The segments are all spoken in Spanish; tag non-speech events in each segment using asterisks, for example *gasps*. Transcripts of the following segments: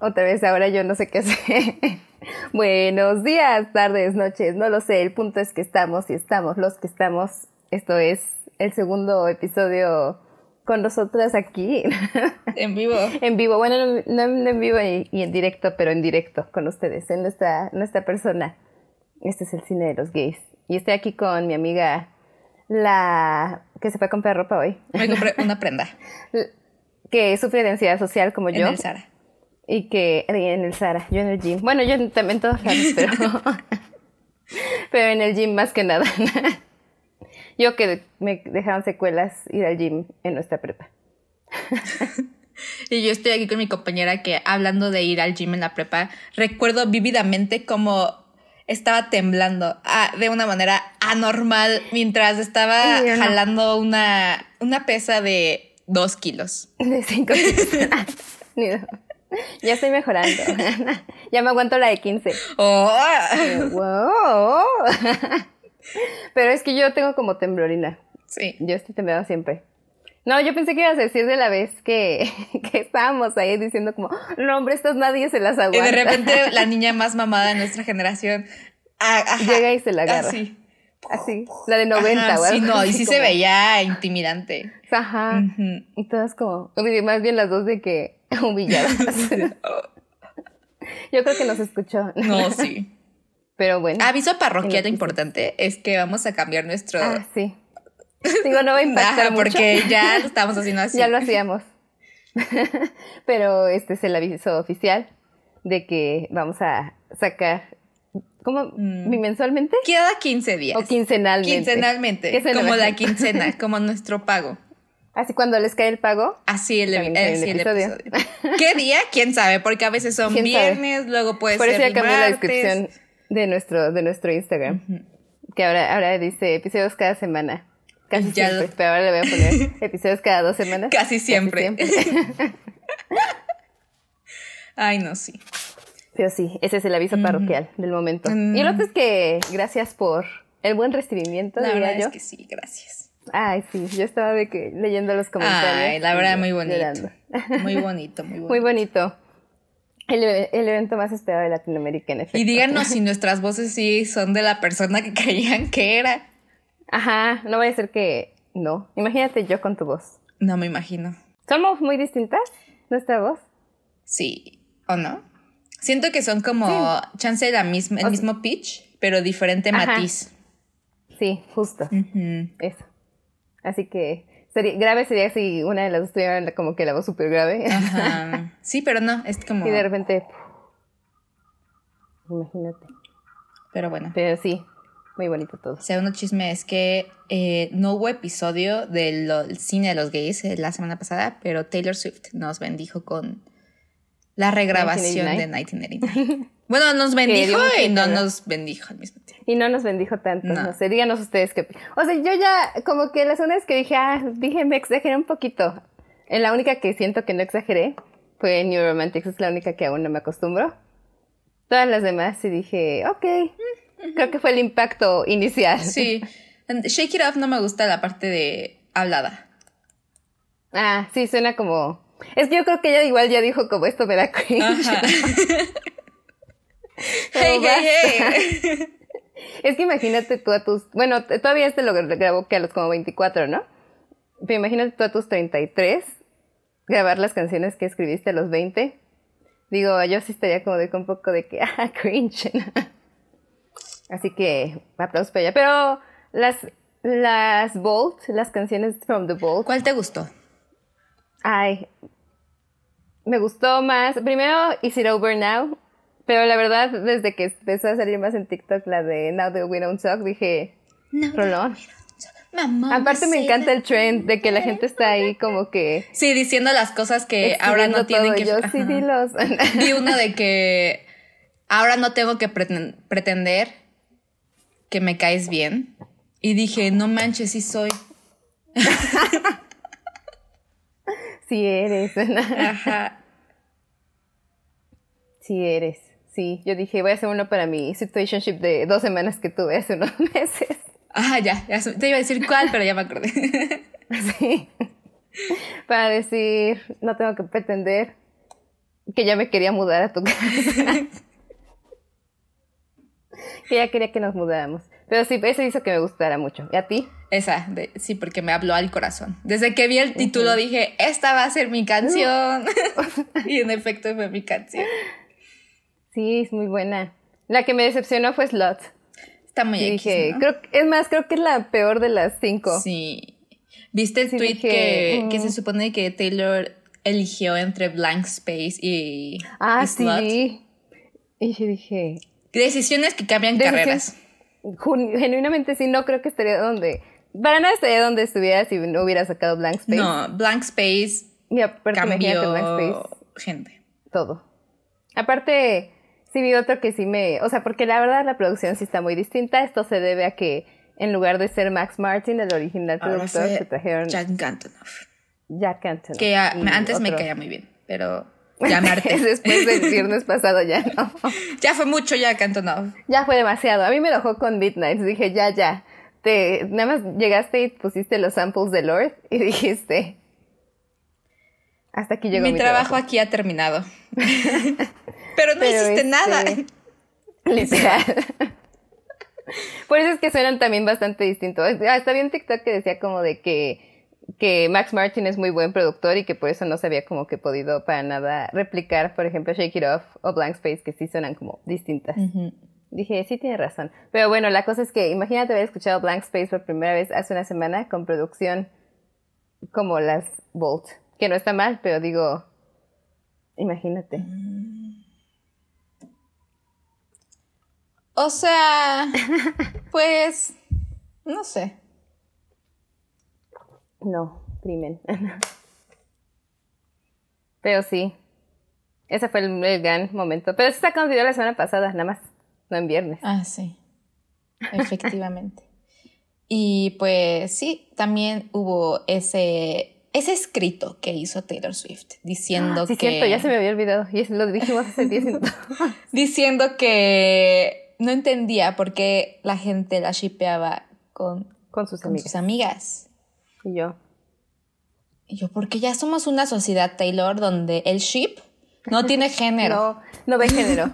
Otra vez, ahora yo no sé qué sé. *laughs* Buenos días, tardes, noches, no lo sé. El punto es que estamos y estamos los que estamos. Esto es el segundo episodio con nosotras aquí. *laughs* En vivo. en vivo, bueno, no, no en vivo y, y, en directo, pero en directo con ustedes, en nuestra, nuestra persona. Este es el cine de los gays. Y estoy aquí con mi amiga, la que se fue a comprar ropa hoy. Me compré una prenda. que sufre de ansiedad social como yo. En el Sara. Y que en el Sara, yo en el gym. Bueno, yo también en todos lados, pero, *laughs* *laughs* pero en el gym más que nada. yo que me dejaron secuelas ir al gym en nuestra prepa. *laughs* y yo estoy aquí con mi compañera que hablando de ir al gym en la prepa, recuerdo vívidamente como estaba temblando ah, de una manera anormal mientras estaba no. jalando una, una pesa de dos kilos. De cinco *laughs* kilos. ya estoy mejorando. *laughs* ya me aguanto la de *laughs* 15. Oh. wow. *laughs* Pero es que yo tengo como temblorina. Sí. Yo estoy temblando siempre. No, yo pensé que ibas a decir de la vez que, *laughs* que, estábamos ahí diciendo como, no, hombre, estas nadie se las aguanta. Y de *laughs* repente la niña más mamada de nuestra generación ah, ajá, llega y se la agarra. Así. Así, la de 90, ajá, o algo Sí, no, y sí como... se veía Mm. intimidante. Ah. Ajá. Uh -huh. Y todas como, más bien las dos de que *laughs* *laughs* humilladas. yo creo que nos escuchó. No, sí. Pero bueno. *laughs* Aviso parroquial importante es que vamos a cambiar nuestro... Ah, sí. Digo, *laughs* no va a impactar Ajá, porque mucho. ya lo estábamos haciendo *laughs* así. ya lo hacíamos. Pero este es el aviso oficial de que vamos a sacar. ¿Cómo? ¿Bimensualmente? Mm. Queda 15 días. O quincenalmente. Quincenalmente. Como la quincena, *laughs* como nuestro pago. Así cuando les cae el pago. Así el, el, el, el episodio. episodio. ¿Qué día? ¿Quién sabe? Porque a veces son viernes, sabe? luego puede Por ser. Por eso ya cambié martes. la descripción de nuestro, de nuestro Instagram. Uh -huh. Que ahora, ahora dice episodios cada semana. Casi ya siempre. Lo... Pero ahora le voy a *laughs* poner episodios cada dos semanas. Casi siempre. Casi *laughs* siempre. Ay, no, sí. Pero sí, ese es el aviso parroquial mm. del momento. Mm. Y el otro es que gracias por el buen recibimiento, la diría verdad yo. Es que sí, gracias. Ay, sí, yo estaba de que, leyendo los comentarios. Ay, la verdad, muy bonito. Llorando. Muy bonito, muy *laughs* bonito. Muy bonito. El, el, evento más esperado de Latinoamérica, en efecto. Y díganos si nuestras voces sí son de la persona que creían que era. Ajá, no vaya a ser que no. Imagínate yo con tu voz. No me imagino. ¿Somos muy distintas nuestra voz? Sí, ¿o no? Siento que son como sí. chance la misma, el o... mismo pitch, pero diferente Ajá. matiz. Sí, justo. Uh -huh. Eso. Así que sería, grave sería si una de las dos tuviera como que la voz súper grave. Ajá. *laughs* Sí, pero no, es *laughs* como... Y de repente... Imagínate. Pero bueno. Pero sí, muy bonito todo. Segundo chisme es que eh, no hubo episodio del cine de los gays eh, la semana pasada, pero Taylor Swift nos bendijo con la regrabación 1989. de 1989. bueno, *laughs* nos bendijo y no nos bendijo al mismo tiempo. Y no nos bendijo tanto, no, no sé, díganos ustedes qué O sea, yo ya, como que las unas que dije, ah, dije, me exageré un poquito. En la única que siento que no exageré fue New Romantics, es la única que aún no me acostumbro. Todas las demás sí dije, ok. Mm. Creo que fue el impacto inicial. Sí. Shake It Off no me gusta la parte de *laughs* hablada. Ah, sí, suena como. Es que yo creo que ella igual ya dijo como esto me da cringe. hey, hey, hey. Es que imagínate tú a tus. Bueno, todavía este lo grabó que a los como 24, ¿no? Pero imagínate tú a tus 33 grabar las canciones que escribiste a los 20. Digo, yo sí estaría como de con un poco de que, *laughs* ah, cringe. ¿no? Así que aplausos para ella. Pero las, las Bolt, las canciones from the Bolt. *laughs* ¿Cuál te gustó? Ay, me gustó más. Primero, Is It Over Now. Pero la verdad, desde que empezó a salir más en TikTok la de Now That We Don't Talk, dije, no, rolón. Aparte me encanta el trend de que la gente está ahí como que... Sí, diciendo las cosas que Eh, ahora no tienen todo. que... Yo Ajá. sí, dilos. *laughs* Vi uno de que ahora no tengo que pretender que me caes bien. Y dije, no manches, sí soy. sí eres. Ajá. Sí eres. Sí, yo dije, voy a hacer uno para mi situationship de dos semanas que tuve hace unos *laughs* meses. Ah, ya, ya te iba a decir cuál, pero ya me acordé. *laughs* *laughs* sí. Para decir, no tengo que pretender que ya me quería mudar a tu casa. *laughs* que ya quería que nos mudáramos. Pero sí, eso hizo que me gustara mucho. ¿Y a ti? Esa, de, sí, porque me habló al corazón. Desde que vi el título uh -huh. dije, esta va a ser mi *laughs* canción. *laughs* y en efecto fue mi canción. Sí, es muy buena. La que me decepcionó fue Slot. Está muy y dije, X, ¿no? creo, es más, creo que es la peor de las cinco. Sí. ¿Viste el sí, tweet dije, que, mm. que, se supone que Taylor eligió entre Blank Space y, ah, y Slot? sí. Y yo dije... Decisiones que cambian decisiones, carreras. Genuinamente sí, no creo que estaría donde... Para nada estaría donde estuviera si no hubiera sacado Blank Space. No, Blank Space ya, cambió Blank Space, gente. Todo. Aparte, sí vi otro que sí me... O sea, porque la verdad la producción sí está muy distinta. Esto se debe a que en lugar de ser Max Martin, el original Ahora productor, se trajeron... Jack Antonoff. Jack Antonoff. Que a, antes otro. me caía muy bien, *laughs* pero... Ya Marte. Después del viernes pasado ya no. *laughs* ya fue mucho Jack Antonoff. Ya fue demasiado. A mí me enojó con Midnight. Dije, ya, ya. Te, nada más llegaste y pusiste los samples de Lord y *laughs* dijiste... Hasta aquí llegó mi, mi trabajo, trabajo. aquí ha terminado. *laughs* Pero no Pero hiciste este, nada. *laughs* *laughs* Literal. Por eso es que suenan también bastante distintos. Hasta vi un TikTok que decía como de que, que Max Martin es muy buen productor y que por eso no se había como que podido para nada replicar, por ejemplo, Shake It Off o Blank Space, que sí suenan como distintas. Uh -huh. Dije, sí tiene razón. Pero bueno, la cosa es que imagínate haber escuchado Blank Space por primera vez hace una semana con producción como las Bolt, que no está mal, pero digo, imagínate. O sea, pues, no sé. No, crimen. *laughs* Pero sí, ese fue el, el gran momento. Pero sí sacamos video la semana pasada, nada más, no en viernes. Ah, sí, efectivamente. y pues sí, también hubo ese, ese escrito que hizo Taylor Swift diciendo ah, sí, que... Sí, cierto, ya se me había olvidado, y lo dijimos hace 10 minutos. diciendo que no entendía por qué la gente la shipeaba con, con, sus, con amigas. sus, amigas. Y yo. Y yo, porque ya somos una sociedad, Taylor, donde el ship no *laughs* tiene género. No, no ve género.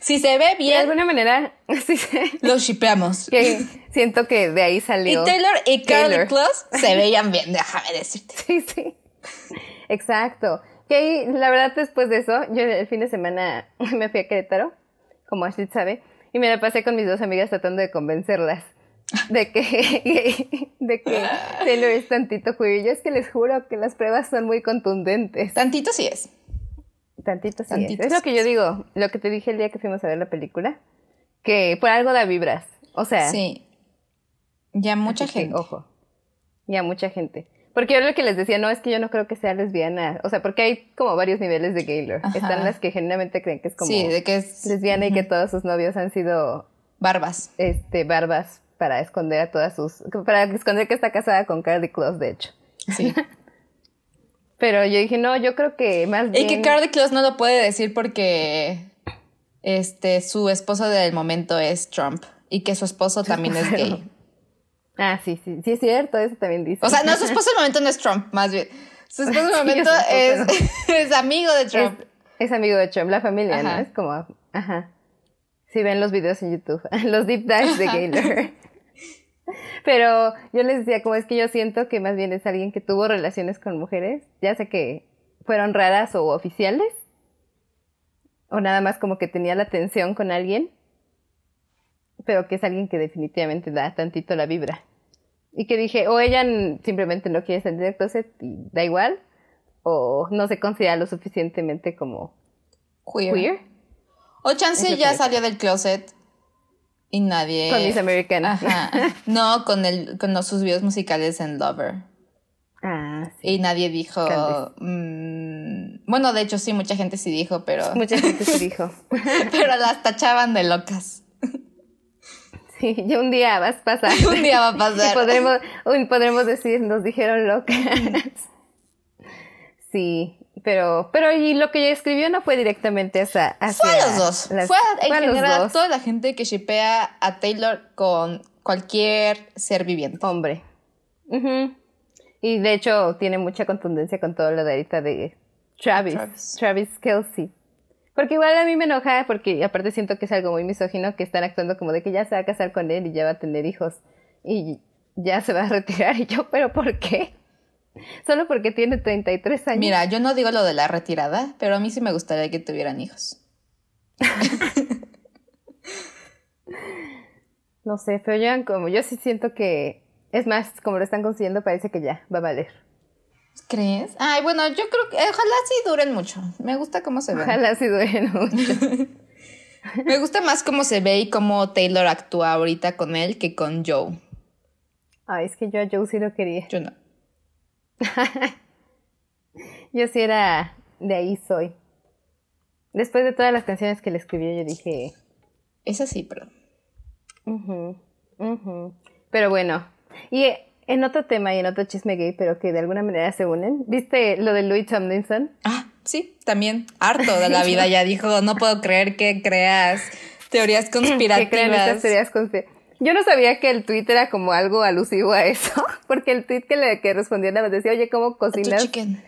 si se ve bien. De alguna manera, *laughs* sí se... Los *laughs* shipeamos. *laughs* Que siento que de ahí salió. *laughs* Y Taylor y Carly Claus se veían bien, déjame decirte. Sí, sí. Exacto. Que la verdad, después de eso, yo el fin de semana *laughs* me fui a Querétaro como Ashley sabe, y me la pasé con mis dos amigas tratando de convencerlas de que, *laughs* de que Taylor es tantito queer. Yo es que les juro que las pruebas son muy contundentes. Tantito sí es. Tantito sí tantito es. es. lo que yo digo, lo que te dije el día que fuimos a ver la película, que por algo da vibras. O sea. Sí. Ya mucha gente. Que, ojo. Ya mucha gente. Porque yo lo que les decía, no, es que yo no creo que sea lesbiana. O sea, porque hay como varios niveles de gaylor. Ajá. Están las que generalmente creen que es como sí, de que es... lesbiana uh -huh. y que todos sus novios han sido... Barbas. Este, barbas para esconder a todas sus... Para esconder que está casada con Cardi Close, de hecho. Sí. Pero yo dije, no, yo creo que más bien... Y que Cardi Close no lo puede decir porque este, su esposo del momento es Trump. Y que su esposo también es gay. Ah, sí, sí, sí es cierto, eso también dice. O sea, no, *laughs* su esposo del momento no es Trump, más bien. Su esposo del momento sí, es, no. *laughs* es, amigo de Trump. Es, es, amigo de Trump, la familia, ajá. ¿no? Es como, ajá. Si sí, ven los videos en YouTube, *laughs* los deep dives de Gaylor. Pero yo les decía, como es que yo siento que más bien es alguien que tuvo relaciones con mujeres, ya sé que fueron raras o oficiales, o nada más como que tenía la atención con alguien, pero que es alguien que definitivamente da tantito la vibra. Y que dije, o ella simplemente no quiere salir del closet y da igual, o no se considera lo suficientemente como queer. queer. O chance ya salió del closet y nadie. Con Miss Americana. Eh. Ajá. No, con, el, con los, sus videos musicales en Lover. Ah, sí. Y nadie dijo. Mmm... bueno, de hecho, sí, mucha gente sí dijo, pero. *laughs* Mucha gente sí dijo. *laughs* pero las tachaban de locas. *laughs* Sí, ya un día vas a pasar. un día va a pasar. *laughs* Y podremos, podremos decir, nos dijeron locas. *laughs* Sí, pero, pero y lo que ella escribió no fue directamente hacia, hacia Fue a los dos. Las, fue a, en fue general a dos. toda la gente que shipea a Taylor con cualquier ser viviente. Hombre. Uh -huh. Y de hecho tiene mucha contundencia con todo lo de ahorita de Travis, Travis, Travis Kelsey. Porque igual a mí me enoja, porque aparte siento que es algo muy misógino que están actuando como de que ya se va a casar con él y ya va a tener hijos y ya se va a retirar. *laughs* Y yo, ¿pero por qué? Solo porque tiene 33 años. Mira, yo no digo lo de la retirada, pero a mí sí me gustaría que tuvieran hijos. no sé, pero yo, como, yo sí siento que, es más, como lo están consiguiendo, parece que ya va a valer. ¿Crees? Ay, bueno, yo creo que eh, ojalá sí duren mucho. Me gusta cómo se ven. Ojalá sí duren mucho. me gusta más cómo se ve y cómo Taylor actúa ahorita con él que con Joe. Ay, es que yo a Joe sí lo quería. Yo no. yo sí era de ahí soy. Después de todas las canciones que le escribió, yo dije. Es así, pero. Uh -huh, uh -huh. Pero bueno. Y en otro tema y en otro chisme gay, pero que de alguna manera se unen. ¿Viste lo de Louis Tomlinson? Ah, sí, también. Harto de la vida ya dijo, no puedo creer que creas teorías conspirativas. que crean estas teorías conspirativas. Yo no sabía que el tweet era como algo alusivo a eso, *laughs* porque el tweet que le que respondió nada más decía, oye, ¿cómo cocinas? Tu chicken.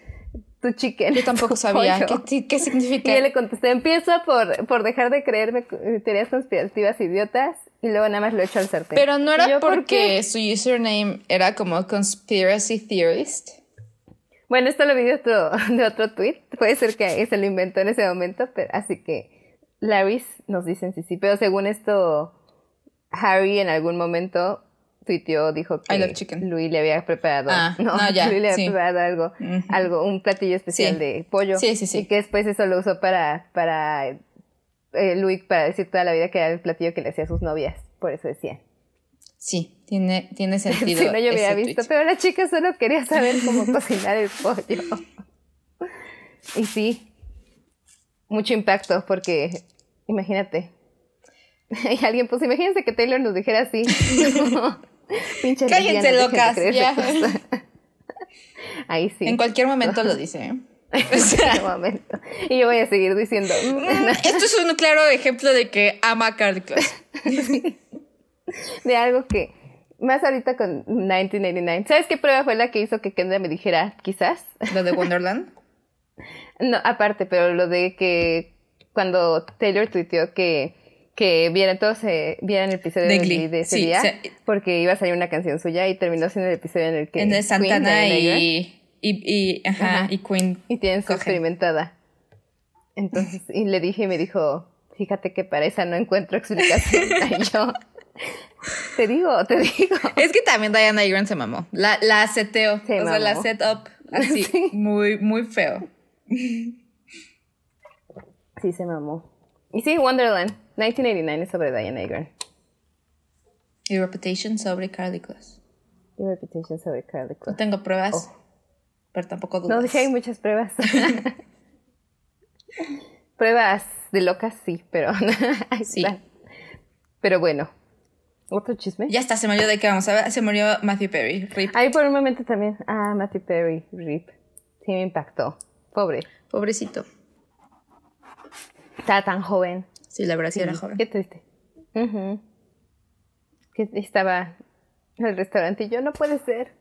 Tu chicken. Yo *laughs* tampoco sabía ¿Qué, ¿Qué, significa. Y yo le contesté, empiezo por, por dejar de creerme teorías conspirativas idiotas y luego nada más lo echo al sartén. Pero no era yo, porque ¿por su username era como conspiracy theorist. Bueno, esto lo vi de otro, *laughs* de otro tweet. Puede ser que se lo inventó en ese momento, pero, así que Larry's nos dicen sí, sí. Pero según esto, Harry en algún momento tuiteó, dijo que Louis le había preparado, ah, *laughs* no, no ya, Louis le había sí. preparado algo, uh -huh. algo, un platillo especial sí. de pollo. Sí, sí, sí. Y que después eso lo usó para, para eh, Louis, para decir toda la vida que era el platillo que le hacía a sus novias, por eso decía. Sí, tiene, *laughs* tiene sentido. si no, yo hubiera visto, Twitch. pero la chica solo quería saber *laughs* cómo cocinar el pollo. y sí, mucho impacto, porque imagínate, *laughs* y alguien, pues imagínense que Taylor nos dijera *laughs* así. Pinche Cállense lesbiana, locas. dejen de ya. creerse cosas. *laughs* Ahí sí. En cualquier momento *laughs* lo dice. ¿eh? O sea, Este momento. Y yo voy a seguir diciendo. *laughs* mm, esto es un claro ejemplo de que ama a Carly Close. de algo que. Más ahorita con 1999. ¿Sabes qué prueba fue la que hizo que Kendra me dijera, quizás? ¿Lo de *laughs* Wonderland? No, aparte, pero lo de que cuando Taylor tuiteó que que vieran todos eh, vieran el episodio De de, Glee, de ese sí, día se- porque iba a salir una canción suya y terminó siendo el episodio en el que En el Queen Santana Diana Iván, y, y, y, ajá, Ajá. y Queen. y tienen su cogen. experimentada entonces y le dije y me dijo fíjate que para esa no encuentro *laughs* explicación y yo te digo te digo Es que también Diana Agron se mamó. La, la seteo. Se o sea, la mamó. set up. *laughs* Así. Muy, muy feo. sí se mamó y sí Wonderland 1989 es sobre Diana Agron Y Reputation sobre Carly Close. y Reputation sobre Carly No Close tengo pruebas, pero tampoco dudas. Oh. no dije hay muchas *laughs* pruebas pruebas de locas sí pero *laughs* ahí Sí. están. Pero bueno, otro chisme. Ya está, se murió de qué vamos a ver. Se murió Matthew Perry. Rip. Ahí por un momento también. Ah, Matthew Perry, RIP. Sí, me impactó. Pobre. Pobrecito. Estaba tan joven. Sí, la verdad sí era joven. Qué triste. Ujú. Que estaba en el restaurante y yo, no puede ser.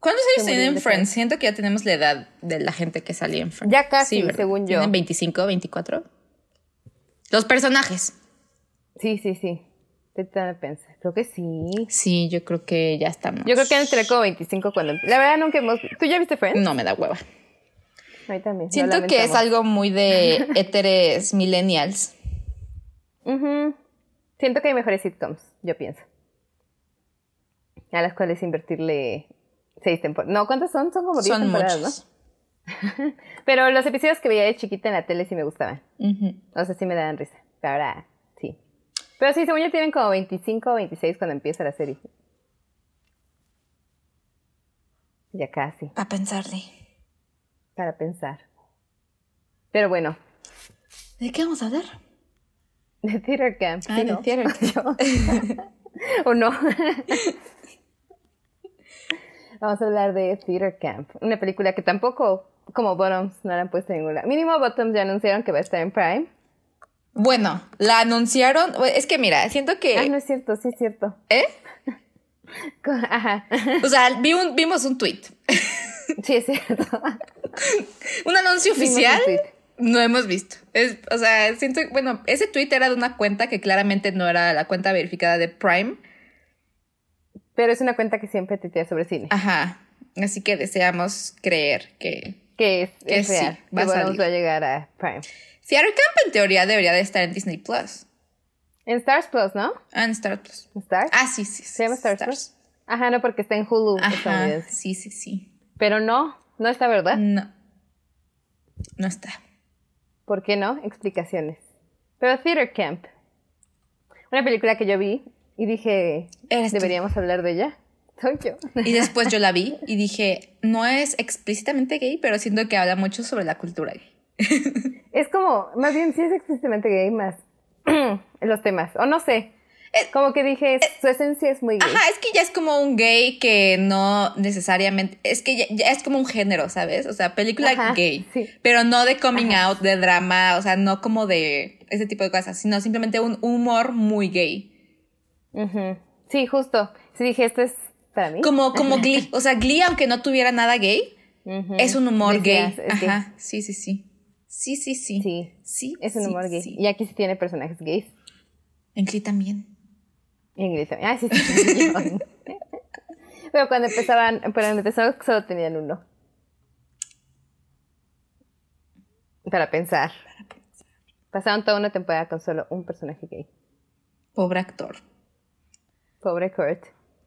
¿Cuántos años Se tienen murió en de Friends? Siento que ya tenemos la edad de la gente que salía en Friends. Ya casi, ¿verdad? según yo. ¿Tienen 25, 24? Los personajes. Sí, sí, sí. Te a pensar. Creo que sí. Sí, yo creo que ya estamos. Yo creo que han tener como 25 cuando... La verdad nunca hemos... ¿Tú ya viste Friends? No me da hueva. Ahí también. lo Siento que es lamentamos. algo muy *laughs* de éteres millennials. Ujú. Siento que hay mejores sitcoms, yo pienso. A las cuales invertirle seis temporadas. No, ¿cuántas son? Son como diez Son temporadas, muchos. ¿no? Pero los episodios que veía de chiquita en la tele sí me gustaban. Ujú. O sea, sí me daban risa. Ahora sí. Pero sí, según yo tienen como 25 o 26 cuando empieza la serie. Ya casi, A pensarle. para pensar. Pero bueno, *laughs* ¿De qué vamos a hablar? de Theater Camp. Ah, ¿sí, de no? Theater Camp. ¿O no? *laughs* Vamos a hablar de Theater Camp, una película que tampoco, como Bottoms, no la han puesto en ninguna. Mínimo Bottoms ya anunciaron que va a estar en Prime. *laughs* Bueno, la anunciaron. Es que mira, siento que. Ah, no es cierto, sí es cierto. ¿Eh? *laughs* Co- Ajá. *laughs* O sea, vi un- vimos un tweet Sí, es cierto. Un anuncio Vimos oficial el tweet. no hemos visto. Es, o sea, siento, bueno, ese tweet era de una cuenta que claramente no era la cuenta verificada de Prime. Pero es una cuenta que siempre tuitea sobre cine. Ajá. Así que deseamos creer que. que es, que es sí, real. va a que bueno, salir. va a llegar a Prime. Theater Camp en teoría debería de estar en Disney Plus. En Stars Plus, ¿no? Ah, en Star Plus. ¿En Stars? Ah, sí, sí. sí, ¿Se llama Star Stars. Ajá, no, porque está ¿Ah? en Hulu Ajá. estadounidense. Sí, sí, sí. Pero no, no está, ¿verdad? No. No está. ¿Por qué no? Explicaciones. Pero Theater Camp. Una película que yo vi y dije, Eres tú. deberíamos hablar de ella. *laughs* Soy yo. Y después yo la vi y dije, no es explícitamente gay, pero siento que habla mucho sobre la cultura gay. Es como, más bien, sí es explícitamente gay más *clears throat* los temas. O no sé. Eh, Como que dije, su esencia es muy gay. Ajá, es que ya es como un gay que no necesariamente, es que ya, ya es como un género, ¿sabes? O sea, película Ajá, gay, sí. pero no de coming out, de drama, o sea, no como de ese tipo de cosas, sino simplemente un humor muy gay. Ujú. Sí, justo. Sí dije, esto es para mí. Como, como Glee, o sea, Glee, aunque no tuviera nada gay, Ujú. es un humor Decías, gay. es gay. Ajá, sí, sí, sí. Sí, sí, sí. Sí. Sí, Es un sí, humor gay. sí. Y aquí sí tiene personajes gays. En Glee también. En inglés también. Ah, sí, sí. sí. *laughs* Pero cuando empezaban, pero cuando empezaron solo tenían uno. Para pensar. Pasaron toda una temporada con solo un personaje gay. Pobre actor. Pobre Kurt.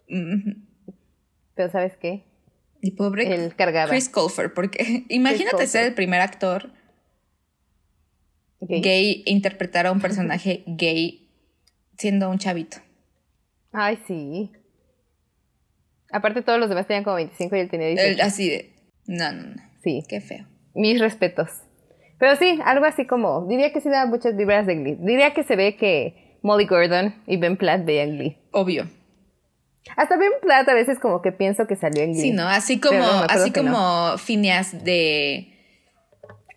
Ujú. Pero ¿sabes qué? Y pobre Él cargaba. Chris Colfer, porque *laughs* imagínate ser Colfer. el primer actor gay. gay. e interpretar a un *laughs* personaje gay siendo un chavito. Ay, sí. Aparte todos los demás tenían como 25 y él tenía 18. El- así de. No, no, no. Sí. Qué feo. Mis respetos. Pero sí, algo así como, diría que sí da muchas vibras de Glee. Diría que se ve que Molly Gordon y Ben Platt veían Glee. Obvio. Hasta Ben Platt a veces como que pienso que salió en Glee. Sí, ¿no? Así como, Pero no, me acuerdo así que no. como Phineas de,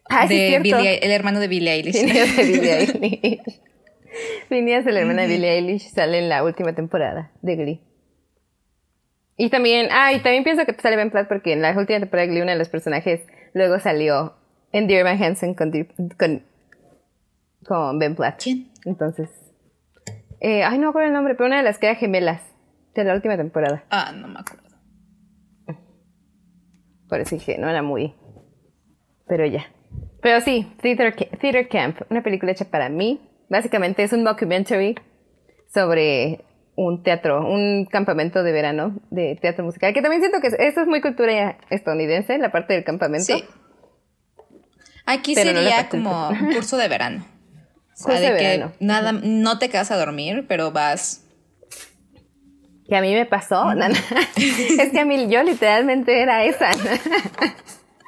Ah, sí, de es *laughs* Billie- cierto. el hermano de Billie Eilish. Phineas *laughs* de Billie Eilish. *laughs* Phineas, la hermana de Billie Eilish, sale en la última temporada de Glee. Y también, ah, y también pienso que sale Ben Platt porque en la última temporada de Glee uno de los personajes luego salió en Dear Evan Hansen con, Dear- con, con Ben Platt. ¿Quién? Entonces. eh, ay, no me acuerdo el nombre, pero una de las que era gemelas de la última temporada. Ah, no me acuerdo. Por eso dije, no era muy. Pero ya. Pero sí, Theater, Ca- Theater Camp, una película hecha para mí. Básicamente es un documentary sobre un teatro, un campamento de verano de teatro musical, que también siento que eso es muy cultura estadounidense, la parte del campamento. Sí. Aquí Pero no le sería falta el como un curso de *laughs* verano. O sea, Curso de de que verano. nada, no te quedas a dormir, pero vas. que a mí me pasó, nana. *laughs* es que a mí yo literalmente era esa. *laughs*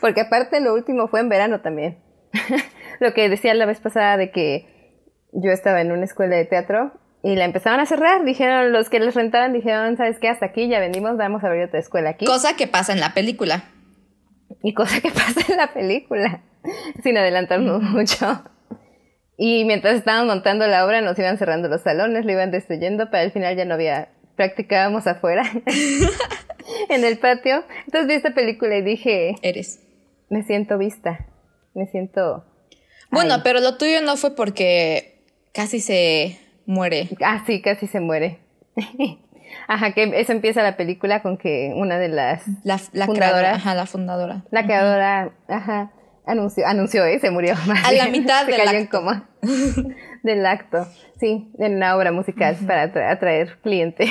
Porque aparte lo último fue en verano también. *laughs* lo que decía la vez pasada de que yo estaba en una escuela de teatro y la empezaron a cerrar, dijeron los que les rentaban dijeron, "¿Sabes qué? Hasta aquí ya vendimos, vamos a abrir otra escuela aquí." Cosa que pasa en la película. y cosa que *laughs* pasa en la película, sin adelantarnos mucho. Y mientras estaban montando la obra, nos iban cerrando los salones, lo iban destruyendo, pero al final ya no había, practicábamos afuera, *laughs* en el patio. Entonces vi esta película y dije, Eres. me siento vista, me siento... Bueno, pero lo tuyo no fue porque casi se muere. Ah, sí, casi se muere. *laughs* Ajá, que eso empieza la película con que una de las... La, la Fundadora. creadora, ajá, la fundadora. La creadora, ajá, anunció, anunció, ¿eh? Se murió. más *laughs* A la bien. *laughs* mitad Se del cayó en acto. coma. *laughs* del acto, sí, en una obra musical para atra- atraer clientes.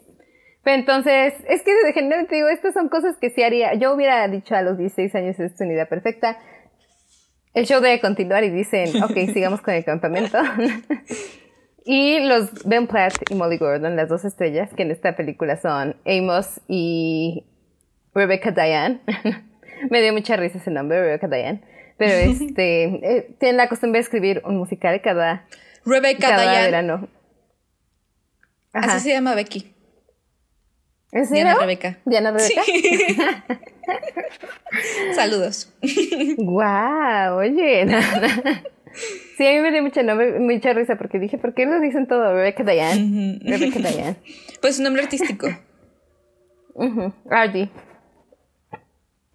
*laughs* Pero entonces, es que de género te digo, estas son cosas que sí haría. Yo hubiera dicho a los 16 años, esta es una idea perfecta. El show debe continuar y dicen, *laughs* ok, sigamos con el campamento. *laughs* y los Ben Platt y Molly Gordon, las dos estrellas, que en esta película son Amos y Rebecca Diane. *laughs* Me dio mucha risa ese nombre, Rebecca Diane. *laughs* Pero este, eh, tienen la costumbre de escribir un musical cada, Rebecca cada Dayan. verano. Ajá. Así se llama Becky. ¿En Diana serio? Rebeca. Diana Rebeca. *laughs* Saludos. *laughs* Guau, oye. *laughs* sí, a mí me dio mucha, nombre- mucha risa porque dije, ¿por qué lo dicen todo? Rebecca Diane. *laughs* Rebecca Diane. *laughs* Pues su nombre artístico. Ujú, Ardy.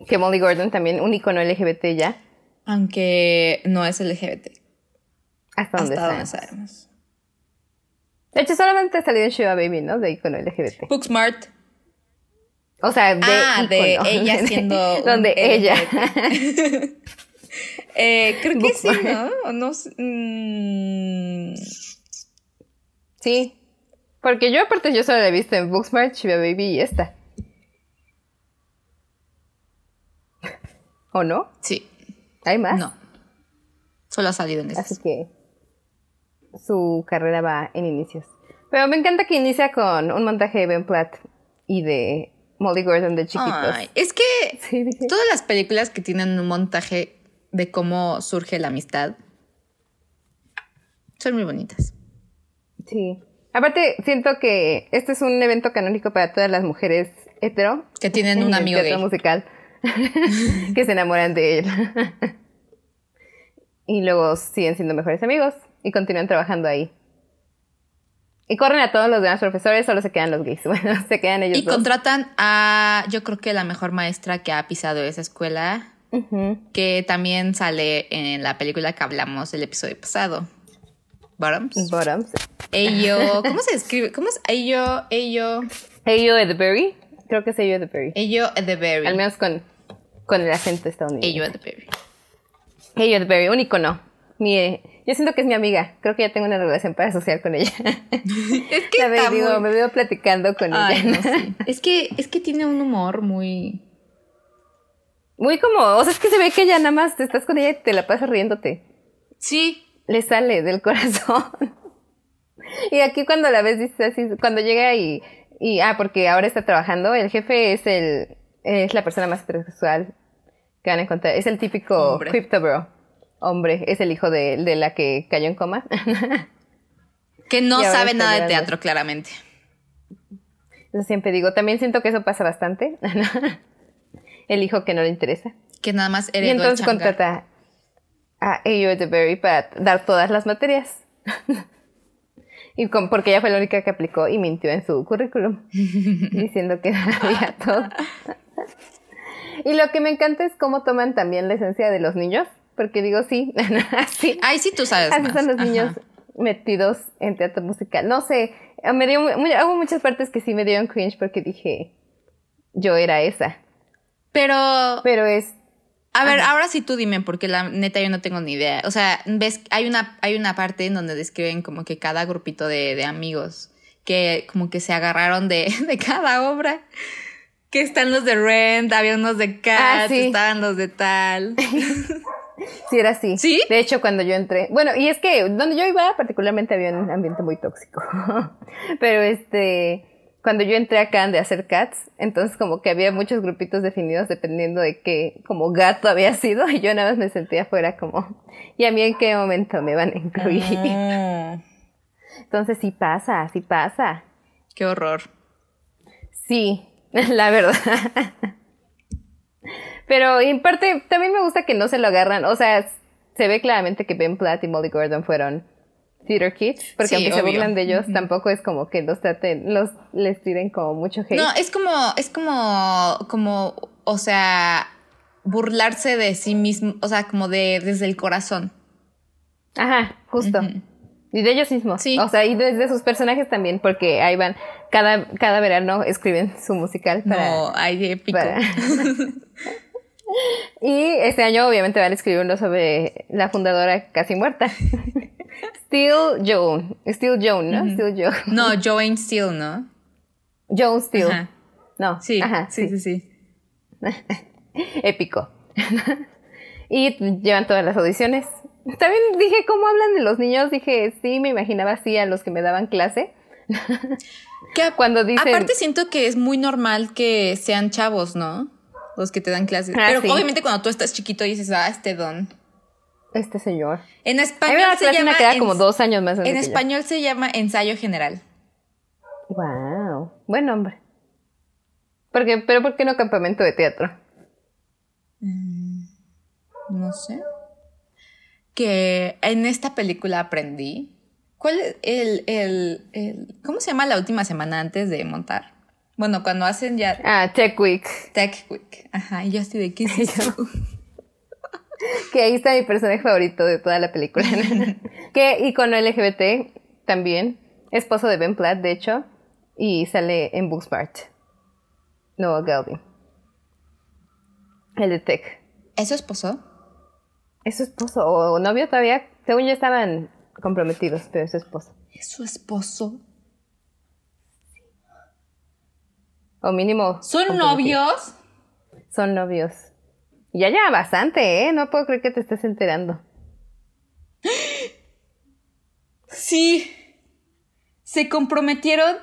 Que Molly Gordon también, un icono LGBT ya. Aunque no es LGBT. Hasta donde hasta donde sabemos. sabemos. De hecho, solamente ha salido en Shiva Baby, ¿no? De icono LGBT. Booksmart. O sea, de. ah, de ícono. ella *laughs* siendo. un Donde ella. LGBT. Eh, creo que sí, ¿no? Bookmark. O no s- mm, Sí. Porque yo, aparte, yo solo la he visto en Booksmart, Shiva Baby y esta. ¿O no? sí, ¿Hay más? no. Solo ha salido en Así esas. que su carrera va en inicios. Pero me encanta que inicia con un montaje de Ben Platt y de Molly Gordon de chiquitos. Ay, es que Sí, dije, todas las películas que tienen un montaje de cómo surge la amistad son muy bonitas. sí. Aparte, siento que este es un evento canónico para todas las mujeres hetero. Que tienen un del amigo teatro gay. musical *laughs* que se enamoran de él. y luego siguen siendo mejores amigos y continúan trabajando ahí. Y corren a todos los demás profesores, solo se quedan los gays. *laughs* Bueno, se quedan ellos Y dos. contratan a, yo creo que la mejor maestra que ha pisado esa escuela, Ujú. que también sale en la película que hablamos el episodio pasado. Bottoms. Bottoms. *laughs* Ello, ¿cómo se escribe? ¿Cómo es? Ello, ello, Ayo Edberry. Creo que es Ayo Edberry. ello at the berry. Al menos con, con el acento Ello estadounidense. at the berry. Ayo Edberry, un icono. Mi, eh, yo siento que es mi amiga. Creo que ya tengo una relación para asociar con ella. Es que *laughs* La veo y está digo, muy- Me veo platicando con Ay, ella. no, sí. *laughs* Es que, es que tiene un humor muy. Muy como, o sea, es que se ve que ya nada más te estás con ella y te la pasas riéndote. Sí. Le sale del *laughs* corazón. y aquí cuando la ves, dices así, cuando llega y, y, ah, porque ahora está trabajando, el jefe es el, es la persona más heterosexual que van a encontrar. Es el típico Hombre. crypto bro. Hombre, es el hijo de, de la que cayó en coma. *laughs* Que no Y ahora sabe está nada de grande. teatro, claramente. Eso siempre digo. También siento que eso pasa bastante. *laughs* el hijo que no le interesa. Que nada más Y heredó el entonces changar. contrata a Ayo Berry para dar todas las materias. *laughs* y con- porque ella fue la única que aplicó y mintió en su *laughs* currículum, diciendo que *laughs* sabía todo. y lo que me encanta es cómo toman también la esencia de los niños, porque digo, sí, *laughs* así, Ay, sí, tú sabes. así más. son los Ajá. niños metidos en teatro musical. No sé, me dio, mu- mu- hubo muchas partes que sí me dieron cringe porque dije, yo era esa. Pero, a Pero es ver, ahora sí tú dime, porque la neta yo no tengo ni idea. O sea, ves, hay una, hay una parte en donde describen como que cada grupito de, de amigos que como que se agarraron de, *laughs* de cada obra. Que están los de Rent, había unos de Cats, Ah, sí. estaban los *laughs* de tal. Sí, era así. ¿Sí? De hecho, cuando yo entré. Bueno, y es que donde yo iba, particularmente había un ambiente muy tóxico. *laughs* Pero este. Cuando yo entré acaban de hacer cats, entonces como que había muchos grupitos definidos dependiendo de qué como gato había sido y yo nada más me sentía afuera como, ¿y a mí en qué momento me van a incluir? Ah. No, Oh. Entonces sí pasa, sí pasa. qué horror. Sí, *laughs* la verdad. Pero en parte también me gusta que no se lo agarran. O sea, se ve claramente que Ben Platt y Molly Gordon fueron theater kids. Porque Sí, aunque se obvio. burlan de ellos, tampoco es como que los traten, los les tiren como mucho hate. No, es como, es como, como, o sea, burlarse de sí mismo, o sea, como de desde el corazón. Ajá, justo. Y de ellos mismos. Sí. O sea, y desde sus personajes también, porque ahí van, cada, cada verano escriben su musical para, No, ay, de épico. para- *laughs* y este año obviamente van a escribir uno sobre la fundadora casi *laughs* muerta. Steel Joan. Steel Joan, ¿no? Steel Joan. No, Joanne Steele, ¿no? Joan Steel. Ajá. No. Sí, Ajá, sí, sí, sí, Épico. *laughs* y llevan todas las audiciones. También dije, ¿cómo hablan de los niños? Dije, sí, me imaginaba así a los que me daban clase. Que a- Cuando dicen... Aparte siento que es muy normal que sean chavos, ¿no? Los que te dan clases. Ah, Pero sí. obviamente cuando tú estás chiquito dices, ah, este don. Este señor. En A mí me español daba se clase llama. una que era ens- como dos años más grande en que yo. español se llama ensayo general. Wow, buen nombre. Porque, pero ¿por qué no campamento de teatro? no sé, que en esta película aprendí. ¿Cuál es el, el, el- ¿Cómo se llama la última semana antes de montar? Bueno, cuando hacen ya Ah, Tech Week. Tech Week. Ajá, y yo estoy de qué *laughs* es esto? Que ahí está mi personaje favorito de toda la *laughs* película. que icono LGBT también. Esposo de Ben Platt, de hecho. Y sale en Booksmart. Noah Galvin. El de Tech. ¿Es su esposo? ¿Es su esposo o novio todavía? Según yo estaban comprometidos, pero es su esposo. ¿Es su esposo? O mínimo. ¿Son comprometidos. novios? Son novios. Ya lleva bastante, ¿eh? No puedo creer que te estés enterando. Sí. Se comprometieron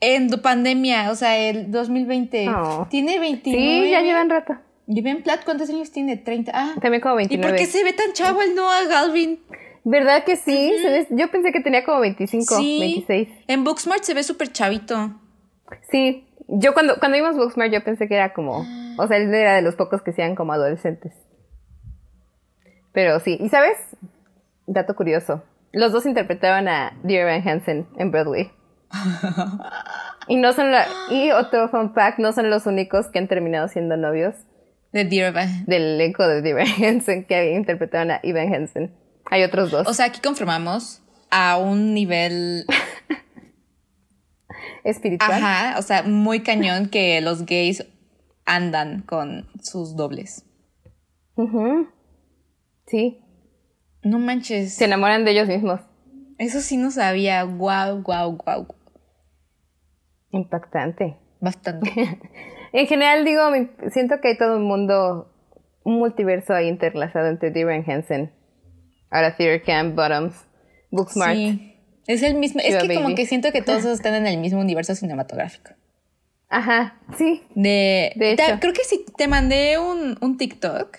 en do- pandemia, o sea, el 2020. Oh. Tiene 29. Sí, ya llevan rato. ¿Y Ben Platt cuántos años tiene? 30. Ah. También como ¿Y 29. por qué se ve tan chavo el Noah Galvin? ¿Verdad que sí? Se ve- Yo pensé que tenía como 25, Sí. 26. En Booksmart se ve súper chavito. Sí, yo cuando, cuando vimos Booksmart yo pensé que era como, Ah. o sea, él era de los pocos que sean como adolescentes. Pero sí, ¿y sabes? Dato curioso, los dos interpretaban a Dear Evan Hansen en *laughs* Broadway. Y no son la, y otro fun fact, no son los únicos que han terminado siendo novios De Dear Evan. del elenco de Dear Evan Hansen que interpretaban a Evan Hansen. Hay otros dos. O sea, aquí confirmamos a un nivel, Espiritual. ajá, o sea, muy cañón que los gays andan con sus dobles. Ujú. Sí, No manches. se enamoran de ellos mismos. Eso sí no sabía. Guau, guau, guau. Impactante. Bastante. En general, digo, me- siento que hay todo un mundo, un multiverso ahí interlazado entre Dear Hansen, ahora Theater Camp, Bottoms, Booksmart. Sí. Es el mismo. Es Shiva que como Baby. que siento que todos están en el mismo universo cinematográfico. Ajá, sí, De, De ta- hecho. creo que sí te mandé un, un TikTok.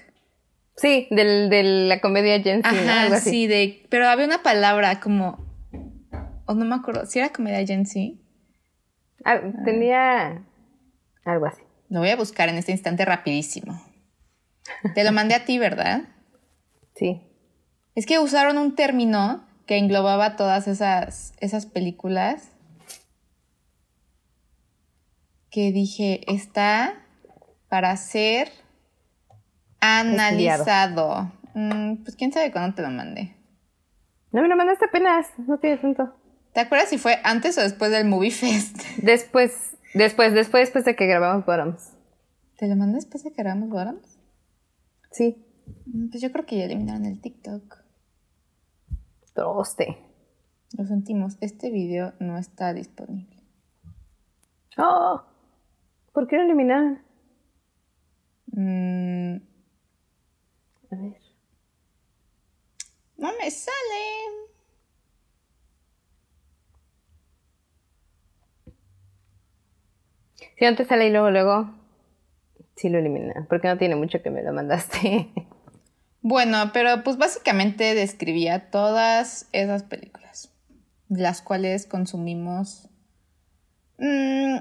sí, del, de la comedia Gen Z, ¿no? algo Ajá, así. sí, de. Pero había una palabra como. O no me acuerdo. Si era comedia Gen Z. Ah, tenía algo así. Lo voy a buscar en este instante rapidísimo. Te lo mandé a ti, ¿verdad? Sí, Es que usaron un término que englobaba todas esas, esas películas. Que dije, está para ser analizado. Mm, pues quién sabe cuándo te lo mandé. no me lo mandaste apenas, no tiene tanto. ¿Te acuerdas si fue antes o después del Movie Fest? *laughs* Después, después, después, después de que grabamos Bottoms. ¿Te lo mandé después de que grabamos Gorons? Sí, Mm, Pues yo creo que ya eliminaron el TikTok. toste. Lo sentimos, este video no está disponible. Oh, ¿por qué lo eliminaron? Mm, A ver. no me sale. Si no te sale y luego, luego, sí lo elimina. Porque no tiene mucho que me lo mandaste. *laughs* Bueno, pero pues básicamente describía todas esas películas, las cuales consumimos mm,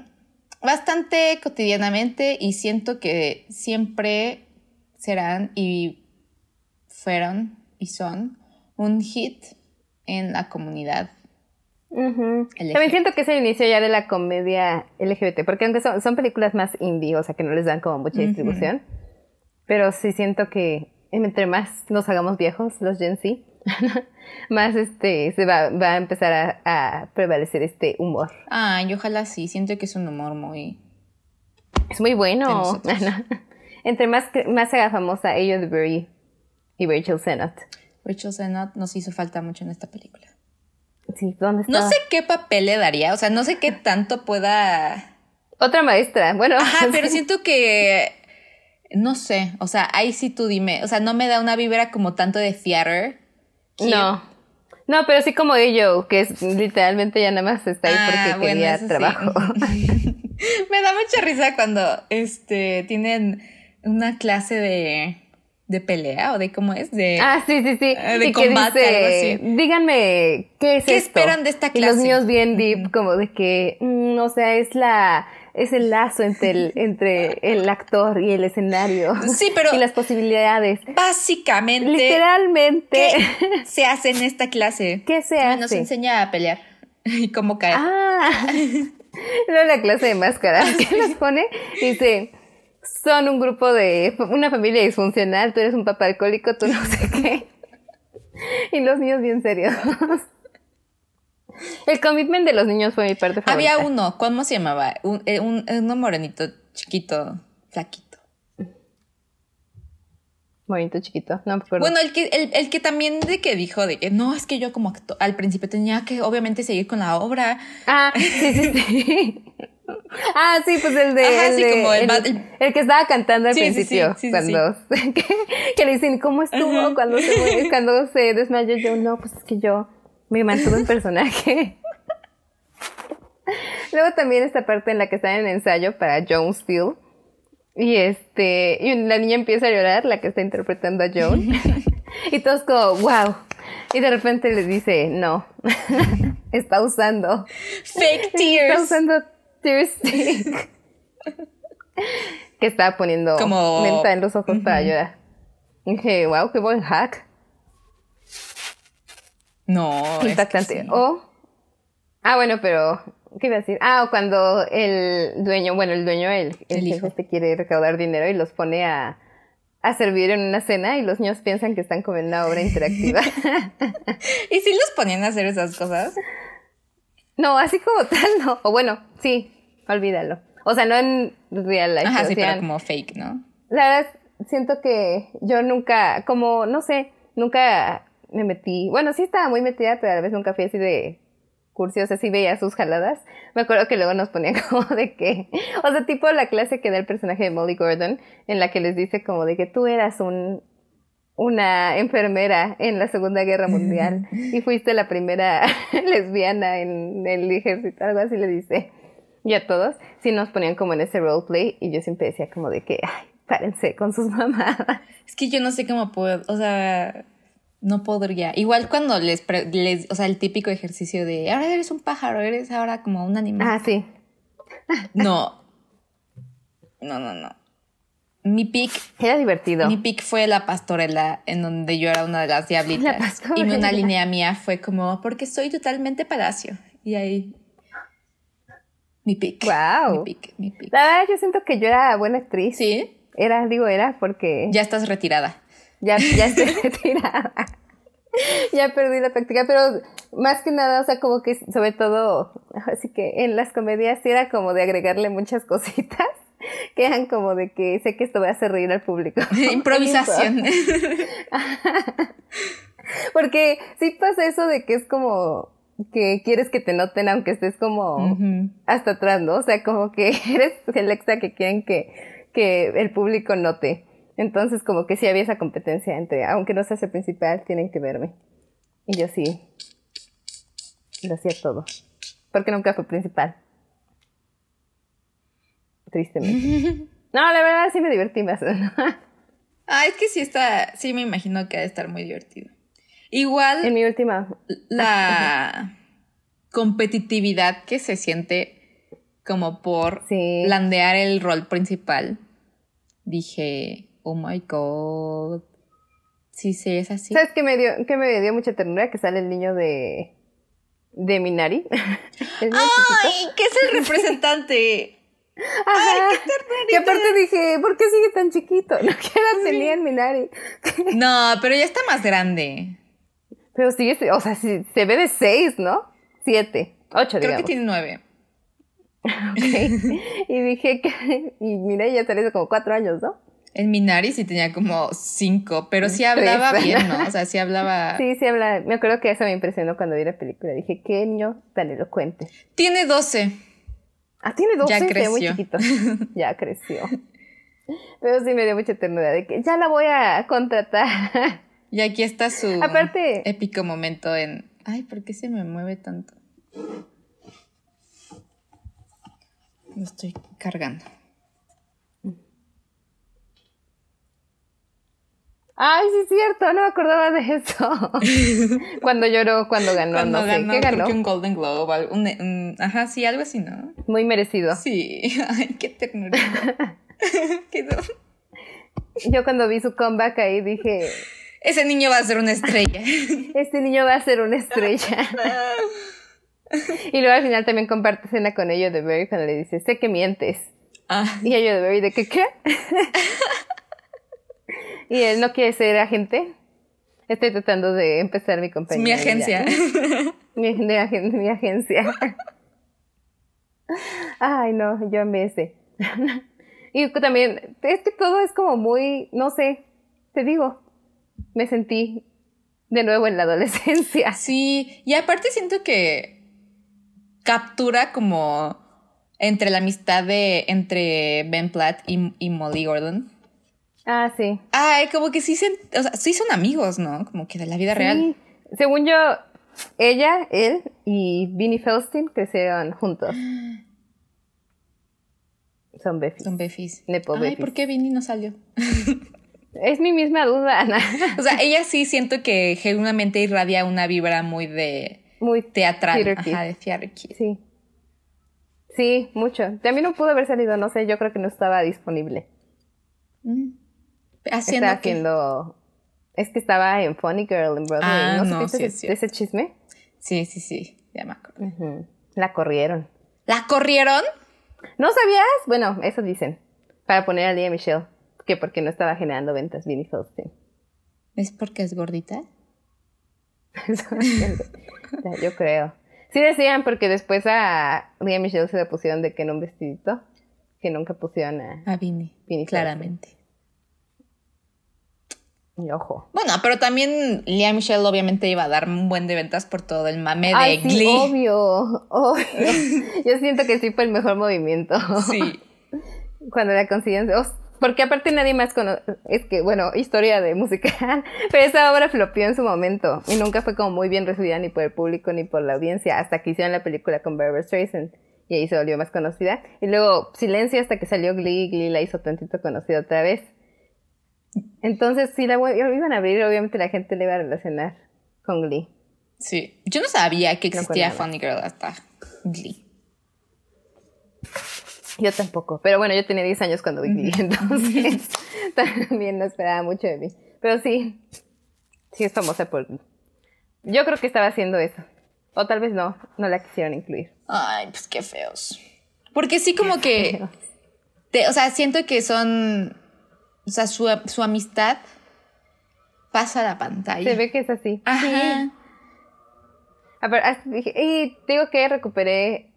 bastante cotidianamente y siento que siempre serán y fueron y son un hit en la comunidad. Ujú. El También siento que es el inicio ya de la comedia LGBT. Porque aunque son, son películas más indie, o sea que no les dan como mucha distribución. Pero sí siento que entre más nos hagamos viejos, los Gen Z, *laughs* más este se va, va a empezar a, a prevalecer este humor. Ay, ojalá sí, siento que es un humor muy... Es muy De bueno. nosotros. *laughs* entre más, que- más se haga famosa Elliot Berry y Rachel Sennott. Rachel Sennott nos hizo falta mucho en esta película. Sí, ¿dónde está? No sé qué papel le daría, o sea, no sé qué tanto pueda... Otra maestra. Bueno, *laughs* Ajá, pero siento que... No sé, o sea, ahí sí tú dime, o sea, no me da una vibra como tanto de theater. Cute. No. No, pero sí como ello, que es literalmente ya nada más está ahí porque Ah, bueno, quería eso sí. trabajo. *laughs* me da mucha risa cuando este tienen una clase de, de pelea o de cómo es, de... Ah, sí, sí, sí. Eh, de Y que combate, algo Díganme, ¿qué es ¿Qué esto?". esperan de esta Y los clase? míos bien deep, como de que, mm, o sea, es la... Es el lazo entre el, entre el actor y el escenario. Sí, *laughs* pero- Y las posibilidades. Básicamente, Literalmente, ¿qué ¿qué, *laughs* se hace en esta clase? Ah, se hace? *laughs* Nos enseña a pelear y cómo caer. Ah, *laughs* Luego la clase de máscaras que nos pone dice, son un grupo de, una familia disfuncional, tú eres un papá alcohólico, tú no sé qué. *laughs* Y los niños bien serios. *laughs* El commitment de los niños fue mi parte favorita. Había uno, ¿cómo se llamaba? Un, eh, un- eh, uno morenito, chiquito, flaquito. Bonito chiquito, no me acuerdo. Bueno, el que, el, el que también de que dijo de que no, es que yo como acto- al principio tenía que obviamente seguir con la obra. *laughs* Ah, sí, sí, sí. Ah, sí, pues el de. Ajá, el, sí, de- como el el, ba- el- el que estaba cantando al Sí, sí, sí, principio. sí, sí, cuando, *laughs* Que, que le dicen, ¿cómo estuvo cuando, se, *laughs* murió- cuando se desmayó? Yo, no, pues es que yo me mantuve en personaje. *laughs* Luego también esta parte en la que están en ensayo para Joan Steele. Y este, y la niña empieza a llorar, la que está interpretando a Joan. *laughs* y todos como, wow. Y de repente le dice, no, *laughs* está usando. Fake Está tears. usando tears stick. *laughs* que estaba poniendo Como- menta en los ojos para llorar. Y dije, wow, qué buen hack. No. Oh, es Impactante. que sí. O. Ah, bueno, pero. ¿Qué iba a decir? Ah, o cuando el dueño, bueno, el dueño, el, el, El jefe hijo. este quiere recaudar dinero y los pone a, a servir en una cena y los niños piensan que están comiendo una obra *laughs* interactiva. *laughs* ¿Y si los ponían a hacer esas cosas? no, así como tal, no. O bueno, sí, olvídalo. O sea, no en real life. Ajá, pero sí, sí pero en- como fake, ¿no? La verdad, siento que yo nunca, como, no sé, nunca me metí. Bueno, sí estaba muy metida, pero a la vez nunca fui así de cursi, o sea, sí veía sus jaladas. Me acuerdo que luego nos ponían *laughs* como de que, o sea, tipo la clase que da el personaje de Molly Gordon, en la que les dice como de que tú eras un una enfermera en la Segunda Guerra Mundial *laughs* y fuiste la primera *laughs* lesbiana en el ejército, algo así le dice. Y a todos, sí nos ponían como en ese roleplay y yo siempre decía como de que, ay, párense con sus *laughs* mamadas. Es que yo no sé cómo puedo, o sea, no podría. Igual cuando les, pre- les o sea, el típico ejercicio de, ahora eres un pájaro, eres ahora como un animal. Ah, sí. No. No, no, no. Mi pick, Era divertido. mi pick fue la pastorela, en donde yo era una de las La diablitas. pastorela. y una línea mía fue como, porque soy totalmente palacio. Y ahí. Mi pick. Guau. Mi pick, mi pick. La verdad, yo siento que yo era buena actriz. Sí, Era, digo, era porque ya estás *laughs* retirada. ya, *laughs* ya estoy retirada. ya perdí la práctica, pero más que nada, o sea, como que sobre todo, así que en las comedias sí era como de agregarle muchas cositas que eran como de que sé que esto va a hacer reír al público. *laughs* *laughs* Improvisación. Porque sí pasa eso de que es como que quieres que te noten aunque estés como Ujú. hasta atrás, ¿no? O sea, como que *laughs* eres el extra que quieren que, que el público note. Entonces, como que sí había esa competencia entre, aunque no seas el principal, tienen que verme. Y yo sí. Lo hacía todo. Porque nunca fue principal. Tristemente. No, la verdad sí me divertí más. *laughs* ¿no? Ah, es que sí está, sí me imagino que ha de estar muy divertido. Igual En mi última. *laughs* la competitividad que se siente como por Sí. landear el rol principal. Dije, oh my god. Sí, sí, es así. ¿Sabes qué me dio, que me dio mucha ternura? Que sale el niño de. de Minari. *laughs* El niño chiquito. ¡Ay! ¿Qué *laughs* es el representante? Ajá. Que aparte dije, ¿por qué sigue tan chiquito? *laughs* No que Pues edad tenía el Minari. No, pero ya está más grande. Pero sigue, o sea, sí, se ve de seis, ¿no? Siete, ocho, Creo que digamos. tiene nueve. Ok. *laughs* Y dije que, y mira, ya salió hace como cuatro años, ¿no? El Minari sí tenía como cinco, pero *laughs* sí hablaba Tres. bien, ¿no? O sea, sí hablaba. Sí, sí habla, me acuerdo que eso me impresionó cuando vi la película. Dije, qué niño tan elocuente. Tiene doce. Ah, tiene 12, Ya se ve muy creció. *laughs* chiquito. Ya creció. Pero sí me dio mucha ternura de que ya la voy a contratar. Y aquí está su Aparte- épico momento en. Ay, ¿por qué se me mueve tanto? Lo estoy cargando. Ay, sí es cierto, no me acordaba de eso. *laughs* cuando lloró, cuando ganó, Cuando no sé, ganó, ¿qué creo ganó? que un Golden Globe. o algo- un- un- ajá, sí, algo así, ¿no? Muy merecido. Sí. *laughs* Ay, qué ternura. *laughs* Qué do- Yo cuando vi su comeback ahí dije, *laughs* Ese niño va a ser una estrella. *laughs* este niño va a ser una estrella. Y luego al final también comparte escena con ello de Barry cuando le dice, sé que mientes. Ah, Y ello de Barry de que, *laughs* ¿qué? y él no quiere ser agente. Estoy tratando de empezar mi es compañía. mi y ya. agencia. Mi, de agen- mi agencia. *laughs* Ay, no, yo amé ese. *laughs* y cu- también, es que todo es como muy, no sé, te digo, me sentí de nuevo en la adolescencia. *laughs* Sí, y aparte siento que captura como entre la amistad de entre Ben Platt y, y Molly Gordon. Ah, sí. Ay, como que sí, se, o sea, sí son amigos, ¿no? Como que de la vida real. Sí. Según yo, ella, él y Vinnie Felstein crecieron *gasps* juntos. Son befis. Son befis. Nepo Ay, befis. ¿por qué Vinny no salió? Es mi misma duda, *laughs* Ana. *laughs* O sea, ella sí siento que genuinamente irradia una vibra muy de Muy teatral, Theater kid. ajá, de theater kid. Sí. Sí, mucho. También no pudo haber salido, no sé, yo creo que no estaba disponible. Mm. Haciendo Estaba que- haciendo... Es que estaba en Funny Girl, en Broadway. Ah, ¿No, no, supiste sí de- es de ese chisme? Sí, sí, sí, ya me acuerdo. Ujú. La corrieron. ¿La corrieron? ¿No sabías? Bueno, eso dicen. Para poner al día a Michelle. Que porque no estaba generando ventas Vinnie Felstein. ¿Es porque es gordita? Eso dicen. Ya, yo creo. Sí decían, porque después a Lea Michelle se le pusieron de que en un vestidito. Que nunca pusieron a... A Ah, Vinny, Vinny claramente. y ojo. Bueno, pero también Lea Michelle obviamente iba a dar un buen de ventas por todo el mame de Ay, sí, Glee. obvio, obvio. Yo siento que sí fue el mejor movimiento. Sí. *laughs* Cuando la consiguen. oh, porque aparte nadie más conoce. Es que, bueno, historia de musical. *laughs* Pero esa obra flopió en su momento. Y nunca fue como muy bien recibida ni por el público ni por la audiencia. Hasta que hicieron la película con Barbara Streisand. Y ahí se volvió más conocida. Y luego silencio hasta que salió Glee. Glee la hizo tantito conocida otra vez. Entonces, si la vu- iban a abrir, obviamente la gente le iba a relacionar con Glee. Sí. Yo no sabía que No existía acordaba. Funny Girl hasta Glee. Yo tampoco, pero bueno, yo tenía 10 años cuando vi Glee, entonces *laughs* también no esperaba mucho de mí. Pero sí, sí es famosa por Glee. Yo creo que estaba haciendo eso. O tal vez no, no la quisieron incluir. Ay, pues qué feos. Porque sí como que... te- o sea, siento que son... O sea, su, su amistad pasa a la pantalla. Se ve que es así. Ajá. A ver, as- dije- y te digo que recuperé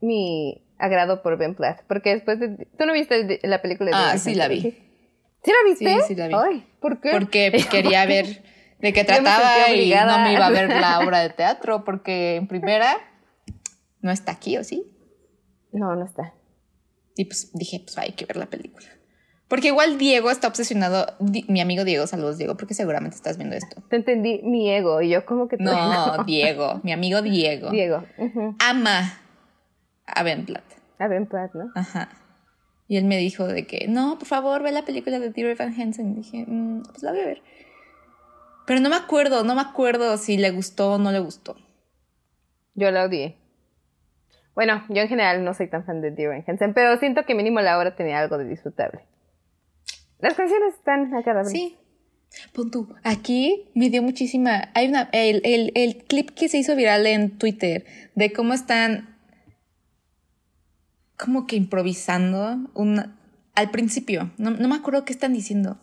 mi agrado por Ben Platt, porque después de... ¿Tú no viste el de- la película de Ah, Dirty sí Dancing? la vi. ¿Sí la viste? Sí, sí la vi. Ay, ¿por qué? *laughs* Porque pues, quería ver de qué Yo me trataba sentía y no obligada. me iba a ver *laughs* la obra de teatro porque en primera no está aquí, ¿o sí? No, no está. Y pues dije, pues hay que ver la película. Porque igual Diego está obsesionado, Di- mi amigo Diego, saludos Diego, porque seguramente estás viendo esto. *laughs* Te entendí mi ego y yo como que... *laughs* No, Diego, mi amigo Diego. Diego. ujú. Ama a Ben Platt. A Ben Platt, ¿no? Ajá. Y él me dijo de que, no, por favor, ve la película de Dear Evan Hansen. Y dije, "Mm, pues la voy a ver. Pero no me acuerdo, no me acuerdo si le gustó o no le gustó. Yo la odié. Bueno, yo en general no soy tan fan de Dear Evan Hansen, pero siento que mínimo la obra tenía algo de disfrutable. Las canciones están agradables. Sí. Pon tú, aquí me dio muchísima. Hay una. El, el- el clip que se hizo viral en Twitter de cómo están. Como que improvisando un, al principio. No, no me acuerdo qué están diciendo.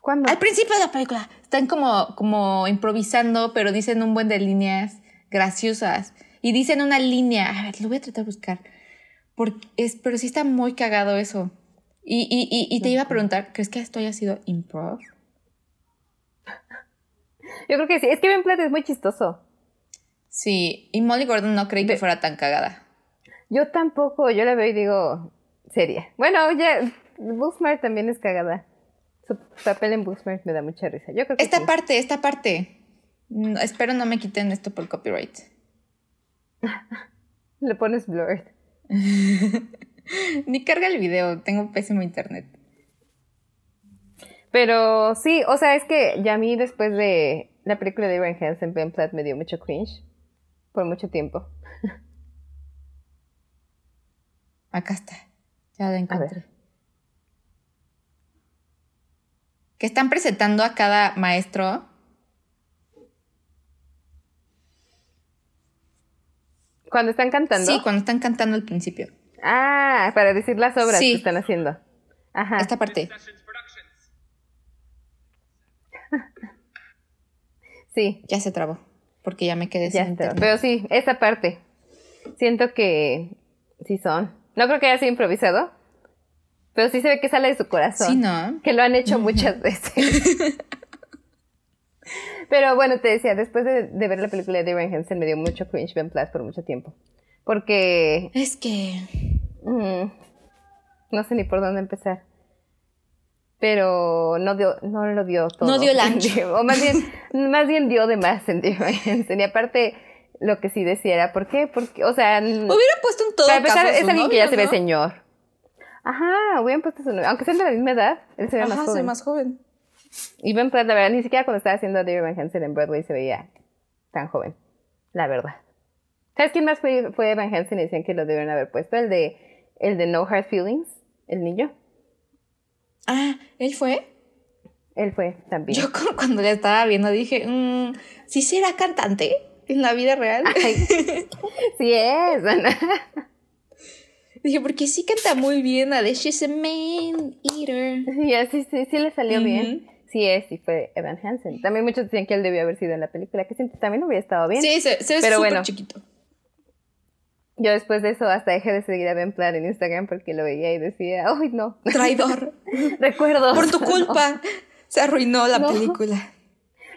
¿Cuándo? Al principio de la película. Están como, como improvisando, pero dicen un buen de líneas graciosas. Y dicen una línea. A ver, lo voy a tratar de buscar. Porque es, pero sí está muy cagado eso. Y, y- y- y te iba a preguntar, ¿crees que esto haya sido improv? Yo creo que sí. Es que Ben Platt es muy chistoso. Sí, y Molly Gordon no creí que fuera tan cagada. Yo tampoco. Yo la veo y digo, seria. Bueno, ya, Booksmart también es cagada. Su papel en Booksmart me da mucha risa. Yo creo que Esta sí. parte, esta parte. No, espero no me quiten esto por copyright. *laughs* Le pones blurred. Ni carga el video, tengo pésimo internet. Pero sí, o sea, es que ya a mí después de la película de Evan Hansen, Ben Platt me dio mucho cringe. Por mucho tiempo. Acá está. Ya la encontré. ver. Que están presentando a cada maestro. ¿Cuando están cantando? Sí, cuando están cantando al principio. Ah, para decir las obras Sí. que están haciendo. Ajá. Esta parte. Sí, Ya se trabó. Porque ya me quedé ya sin está. internet. Pero sí, esa parte. Siento que sí son. No creo que haya sido improvisado, pero sí se ve que sale de su corazón. Sí, ¿no? Que lo han hecho *laughs* muchas veces. Pero bueno, te decía, después de, de ver la película de Irving Hansen me dio mucho cringe Ben Platt por mucho tiempo. Porque Es que. Mm, no sé ni por dónde empezar. Pero no dio, no lo dio todo. No dio *laughs* el ancho. O más bien, más bien dio de más en Dear Evan Hansen. Y aparte, lo que sí decía era, ¿por qué? Porque, o sea, n- Hubiera puesto en todo para empezar, caso a es su alguien que ya novio, se ve ¿no? señor. Ajá, hubieran puesto su nombre. Aunque sean de la misma edad, él se ve Ajá, más soy joven. más joven. Y Ben Platt, la verdad, ni siquiera cuando estaba haciendo Dear Evan Hansen en Broadway se veía tan joven. La verdad. ¿Sabes quién más fue, fue Evan Hansen y decían que lo debieron haber puesto? El de, el de No Hard Feelings, el niño. Ah, él fue. Él fue también. *laughs* Yo cu- cuando la estaba viendo dije, mmm, ¿sí será cantante en la vida real? Ah. Sí es, Ana. *laughs* dije, porque sí canta muy bien a de She's a Man Eater. Y así sí, sí le salió Ujú. bien. Sí es, y fue Evan Hansen. También muchos decían que él debió haber sido en la película, que siento también hubiera estado bien. Sí, se, se ve Pero súper bueno. chiquito. Yo después de eso hasta dejé de seguir a Ben Platt en Instagram porque lo veía y decía, ¡ay no! *laughs* Traidor. Recuerdo. Por *laughs* tu culpa se arruinó la No. película.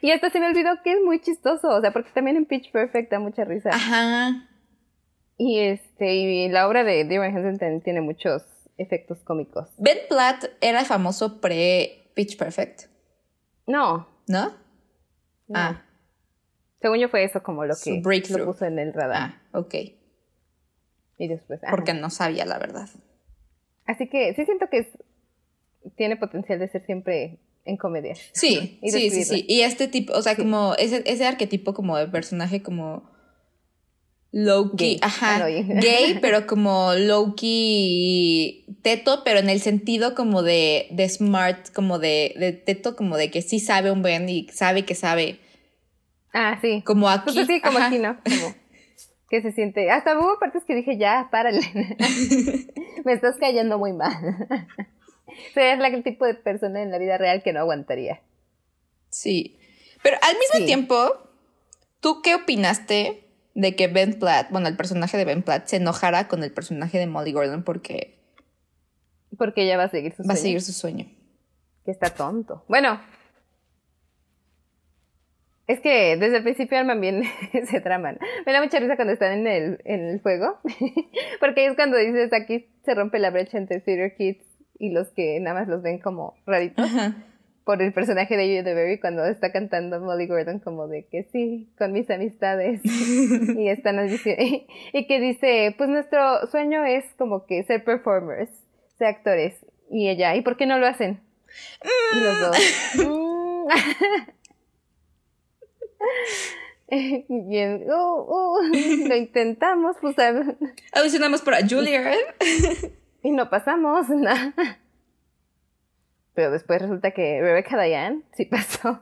Y hasta se me olvidó que es muy chistoso, o sea, porque también en Pitch Perfect da mucha risa. Ajá. Y este, y la obra de Dear Evan Hansen también tiene muchos efectos cómicos. Ben Platt era famoso pre Pitch Perfect, No, ¿no? No. Ah, según yo fue eso como lo Su que breakthrough. lo puso en el radar. ah, ok. Y después, ah, Porque no sabía la verdad. Así que sí siento que es- tiene potencial de ser siempre en comedia. Sí, Y sí, sí, describirla. sí. Y este tipo, o sea, como ese, ese arquetipo como de personaje como low Gay. key, Ah, no, ajá, oye. *laughs* gay, pero como low key teto, pero en el sentido como de, de smart, como de, de teto, como de que sí sabe un buen y sabe que sabe. Ah, sí. Como aquí. Pues sí, como ajá. aquí, ¿no? Como que se siente. Hasta hubo partes que dije, ya, *laughs* párale. Me estás cayendo muy mal. *laughs* O sea, es la- el tipo de persona en la vida real que no aguantaría. Sí. Pero al mismo Sí. tiempo, ¿tú qué opinaste de que Ben Platt, bueno, el personaje de Ben Platt se enojara con el personaje de Molly Gordon porque Porque ella va a seguir sus va a sueños, seguir su sueño? Que está tonto. Bueno. Es que desde el principio arman bien *laughs* se traman. Me da mucha risa cuando están en el, en el fuego. *laughs* Porque ahí es cuando dices, aquí se rompe la brecha entre Theater Kids y los que nada más los ven como raritos. Ajá. por el personaje de Judy Berry cuando está cantando Molly Gordon como de que sí, con mis amistades y están diciendo y que dice, pues nuestro sueño es como que ser performers, ser actores y ella, ¿y por qué no lo hacen? Y los dos. "Mm". *laughs* Y él, "Oh, oh, lo intentamos, pues a- *laughs* Audicionamos para Julia. y no pasamos *laughs* nada. Pero después resulta que Rebecca Diane sí pasó.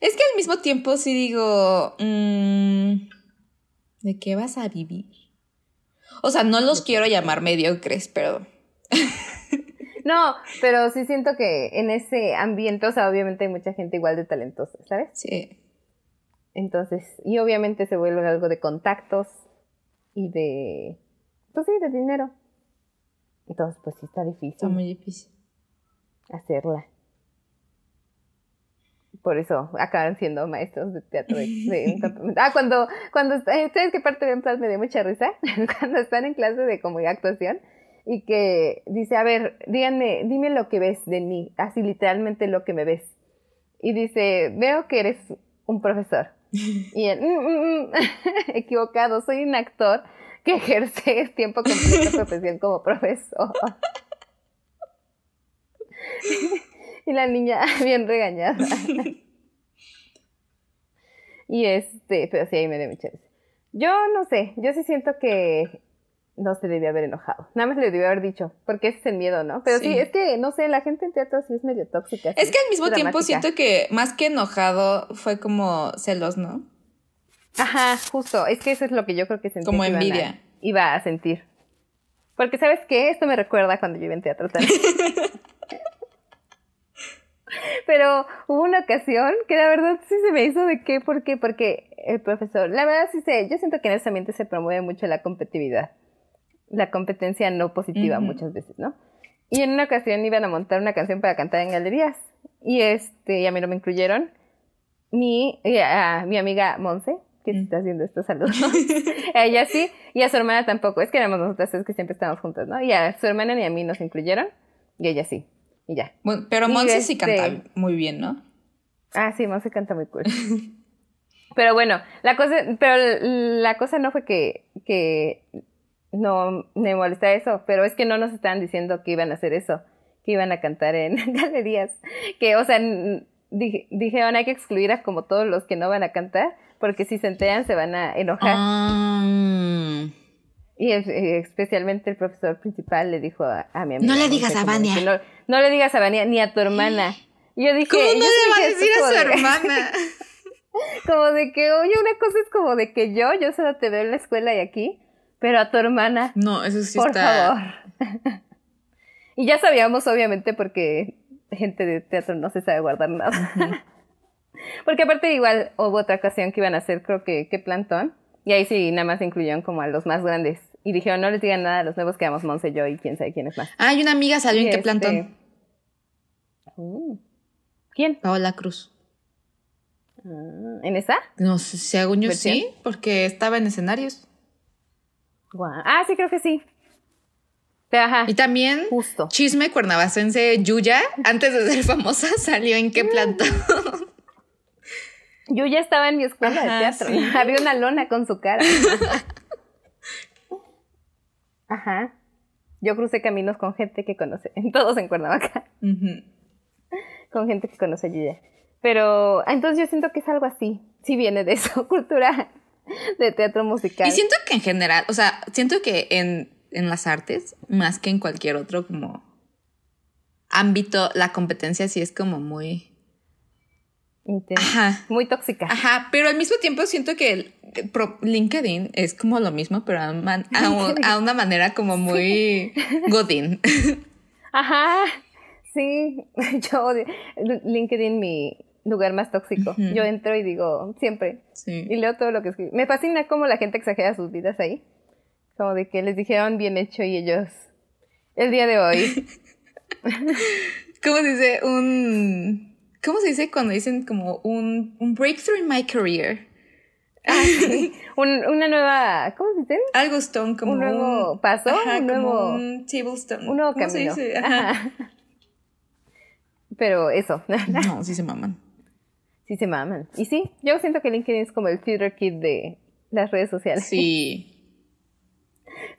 Es que al mismo tiempo sí digo, mm, ¿de qué vas a vivir? O sea, no los quiero llamar mediocres, pero No, pero sí siento que en ese ambiente, o sea, obviamente hay mucha gente igual de talentosa, ¿sabes? sí. Entonces, y obviamente se vuelve algo de contactos y de, pues sí, de dinero. Entonces, pues sí está Está difícil muy difícil. hacerla. Por eso acabaron siendo maestros de teatro de, de un campamento. Ah, cuando, cuando, eh, ¿sabes qué parte de en plan me dio mucha risa? *laughs* Cuando están en clase de como de actuación y que dice, a ver, díganme, dime lo que ves de mí, así literalmente lo que me ves. Y dice, veo que eres un profesor. Y él, "Mm, mm, mm". *laughs* equivocado, soy un actor que ejerce *laughs* tiempo completo profesión como profesor. *laughs* Y la niña *laughs* bien regañada. y este, pero sí, ahí me dio mucha risa. Yo no sé, yo sí siento que no se debió haber enojado. Nada más le debió haber dicho, porque ese es el miedo, ¿no? Pero sí, Sí. es que, no sé, la gente en teatro sí es medio tóxica. Es sí, que al mismo tiempo dramática. siento que más que enojado fue como celos, ¿no? Ajá, justo. Es que eso es lo que yo creo que sentí. Como que iban a- envidia. Iba a sentir. Porque, ¿sabes qué? Esto me recuerda cuando yo iba en teatro también. Pero hubo una ocasión que la verdad sí se me hizo de qué, por qué, porque el profesor, la verdad sí sé, yo siento que en ese ambiente se promueve mucho la competitividad, la competencia no positiva Ujú. muchas veces, ¿no? Y en una ocasión iban a montar una canción para cantar en galerías y este, y a mí no me incluyeron, ni y a mi amiga Monse, que si Mm. estás viendo estos saludos, a ella sí, y a su hermana tampoco, es que éramos nosotras tres que siempre estábamos juntas, ¿no? Y a su hermana ni a mí nos incluyeron y ella sí, y ya. *laughs* Bueno, pero Y Monse sí este- canta muy bien, ¿no? Ah, sí, Monse canta muy cool. pero bueno, la cosa, pero la cosa no fue que, que no me molesta eso, pero es que no nos estaban diciendo que iban a hacer eso, que iban a cantar en *laughs* galerías. Que, o sea, n- dije- dijeron hay que excluir a como todos los que no van a cantar, porque si se enteran se van a enojar. Ah. Y es- eh, especialmente el profesor principal le dijo a, a mi amiga. No le Monse digas a como de Vania. que No, no le digas a Vania ni a tu hermana. Y yo dije, ¿Cómo no yo le va a dije, decir esto a su como de- *laughs* hermana? *laughs* Como de que, oye, una cosa es como de que yo, yo solo te veo en la escuela y aquí, pero a tu hermana, No, eso sí por está. favor. *laughs* y ya sabíamos, obviamente, porque gente de teatro no se sabe guardar nada. *laughs* porque aparte igual hubo otra ocasión que iban a hacer, creo que, que plantón, y ahí sí nada más incluyeron como a los más grandes. Y dijeron, no les digan nada a los nuevos, quedamos Monse, yo y quién sabe quién es más. Ah, y una amiga salió en Y qué este- plantón. Mm. Uh. ¿Quién? Paola Cruz. Mm. Ah, ¿En esa? No sé, según yo ¿Versión? sí, porque estaba en escenarios. Guau. Ah, sí, creo que sí. Ajá. Y también Justo. Chisme cuernavacense Yuya, antes de ser famosa, *laughs* salió en qué plantón. Yo ya estaba en mi escuela de Ajá, teatro. sí. *laughs* Había una lona con su cara. Ajá. Yo crucé caminos con gente que conoce, *laughs* todos en Cuernavaca, Ujú. con gente que conoce a Yuya. Pero ah, entonces yo siento que es algo así. Sí viene de eso, *laughs* cultura de teatro musical. Y siento que en general, o sea, siento que en, en las artes, más que en cualquier otro como ámbito, la competencia sí es como muy... Intenso. Ajá. Muy tóxica. Ajá, pero al mismo tiempo siento que el- eh, pro- LinkedIn es como lo mismo, pero a, man- a un- a una manera como muy *laughs* godín. Ajá. Sí, *laughs* yo odio. LinkedIn, mi lugar más tóxico. Ujú. Yo entro y digo, siempre, Sí. y leo todo lo que escribí. Me fascina cómo la gente exagera sus vidas ahí. Como de que les dijeron bien hecho y ellos. El día de *laughs* hoy. ¿Cómo se dice? Un... ¿Cómo se dice cuando dicen como un, un breakthrough in my career? un- una nueva. ¿Cómo se dicen? Algo stone como un nuevo paso. Ajá, un como nuevo. un table stone. un nuevo ¿Cómo se camino. dice? Ajá. Ajá. *laughs* Pero eso. *laughs* No, sí se maman. sí se maman. Y sí, yo siento que LinkedIn es como el theater kid de las redes sociales. Sí.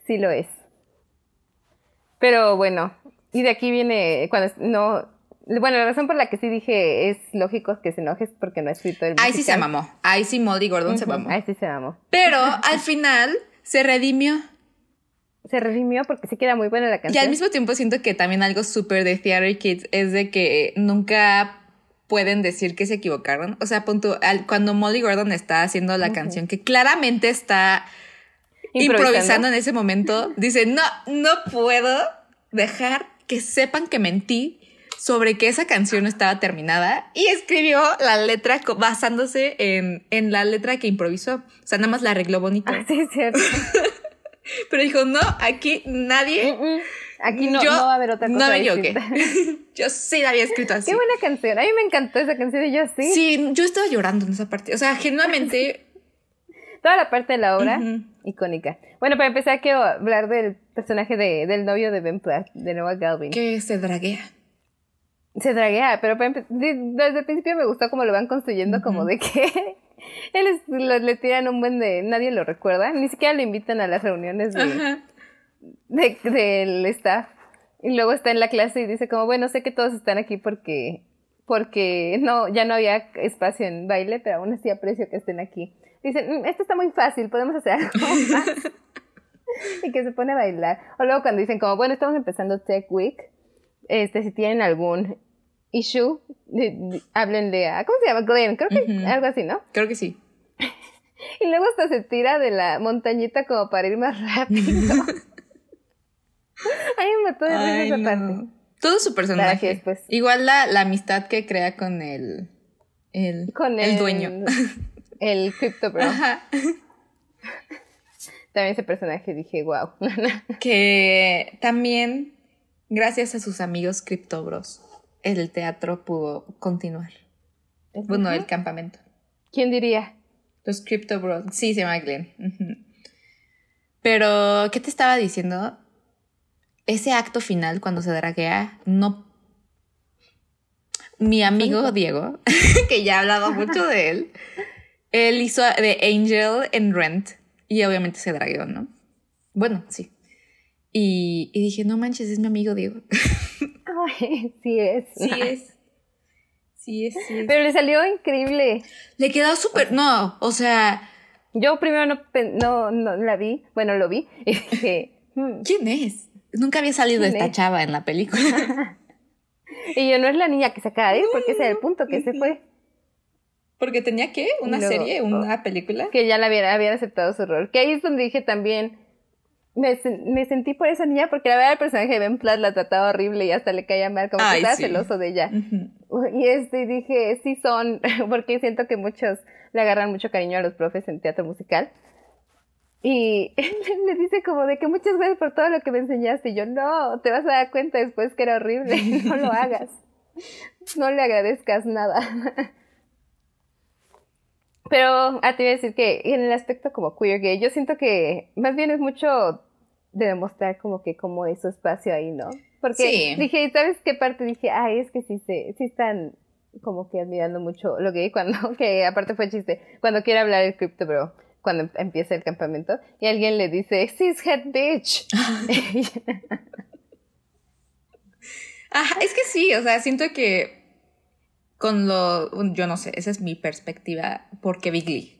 Sí lo es. Pero bueno, y de aquí viene cuando es- no. Bueno, la razón por la que sí dije es lógico que se enojes porque no ha escrito el. Ahí sí se musical. mamó. Ahí sí Molly Gordon se Ujú, mamó. Ahí sí se mamó. Pero al final se redimió. Se redimió porque sí que era muy buena la Y al canción. mismo tiempo siento que también algo súper de Theater Kids es de que nunca pueden decir que se equivocaron. O sea, pon tú, al- cuando Molly Gordon está haciendo la canción que claramente está improvisando. en ese momento, dice, no, no puedo dejar que sepan que mentí sobre que esa canción no estaba terminada y escribió la letra co- basándose en, en la letra que improvisó. O sea, nada más la arregló bonito. *laughs* Ah, sí, es *laughs* cierto. Pero dijo, no, aquí nadie... Mm, mm. Aquí no, yo no va a haber otra cosa. No me equivoqué. *laughs* distinta. yo sí la había escrito así. Qué buena canción. A mí me encantó esa canción y yo sí. Sí, yo estaba llorando en esa parte. O sea, genuinamente... Toda la parte de la obra, Ujú. icónica. Bueno, para empezar, quiero hablar del personaje de- del novio de Ben Platt, de Noah Galvin. que se draguea. se draguea, pero para empe- de- desde el principio me gustó como lo van construyendo, como de que *laughs* él es- lo- le tiran un buen de, nadie lo recuerda, ni siquiera lo invitan a las reuniones de, Ajá. de- del staff. Y luego está en la clase y dice como, bueno, sé que todos están aquí porque, porque no, ya no había espacio en baile, pero aún así aprecio que estén aquí. Dicen, "Mm, esto está muy fácil, podemos hacer algo más. *laughs* y que se pone a bailar. O luego cuando dicen como, bueno, estamos empezando Tech Week, este, si tienen algún issue, de- de- háblenle a, ¿cómo se llama? Glenn, creo que Ujú. algo así, ¿no? Creo que sí. *laughs* Y luego hasta se tira de la montañita como para ir más *laughs* rápido. *laughs* Ay, me mató de risa Ay, esa no. parte. Todo su personaje. Gracias, pues. Igual la, la amistad que crea con el, el, *laughs* Con el dueño. El Crypto Bro. Ajá. También ese personaje dije, *laughs* wow. Que también, gracias a sus amigos criptobros, el teatro pudo continuar. Bueno, el campamento. ¿Quién diría? Los Crypto Bros. Sí, se llama Glenn. Ujú. Pero, ¿qué te estaba diciendo? Ese acto final cuando se draguea, no. Mi amigo Diego, *laughs* que ya he hablado mucho de él, él hizo de Angel en Rent y obviamente se dragueó, ¿no? Bueno, sí. Y, y dije, no manches, es mi amigo Diego. Ay, *laughs* sí es. *laughs* es. Sí es, sí Pero le salió increíble. Le quedó súper. No, o sea, Yo primero no, pen- no, no la vi, bueno, lo vi *laughs* y dije, "Hmm". ¿quién es? Nunca había salido ¿Quién esta es? chava en la película. *laughs* y yo no es la niña que se acaba de ir porque ese es el punto que se fue, Porque tenía que una Y luego- serie, Oh. una película. que ya la habían, habían aceptado su rol. Que ahí es donde dije también, me, sen- me sentí por esa niña porque la verdad el personaje de Ben Platt la trataba horrible y hasta le caía mal, como que Ay, estaba sí. celoso de ella. Ujú. Y este dije, sí son, *laughs* porque siento que muchos le agarran mucho cariño a los profes en teatro musical. Y *laughs* le dice como de que muchas gracias por todo lo que me enseñaste. Y yo, no, te vas a dar cuenta después que era horrible, *laughs* no lo hagas. No le agradezcas nada. Pero ah, te iba a decir que en el aspecto como queer gay, yo siento que más bien es mucho de demostrar como que como es su espacio ahí, ¿no? Porque Sí. dije, ¿y ¿sabes qué parte? Dije, ay, es que sí, se, sí están como que admirando mucho lo gay cuando, *laughs* que aparte fue chiste, cuando quiere hablar el crypto bro, cuando em- empieza el campamento, y alguien le dice, cishead *laughs* bitch. *laughs* Ajá, es que sí, o sea, siento que con lo. Yo no sé, esa es mi perspectiva porque Big Lee.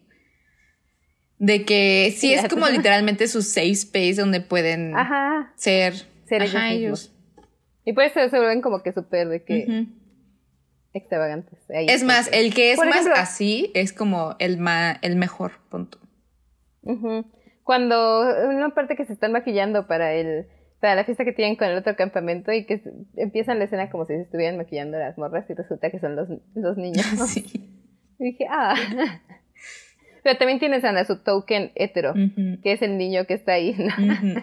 De que sí es Ya. como literalmente su safe space donde pueden Ajá. ser. Ser ellos Ajá, mismos. Y por eso se vuelven como que súper de que Ujú. extravagantes. Ahí Es más, el que es Por más ejemplo- así es como el, ma- el mejor *laughs* punto. Ujú. Cuando eh, una parte que se están maquillando para el para la fiesta que tienen con el otro campamento y que s- empiezan la escena como si se estuvieran maquillando las morras y resulta que son los, los niños. *laughs* Sí. Y dije, ah. Pero también tienes Ana su token hetero, Ujú, que es el niño que está ahí, ¿no? ujú.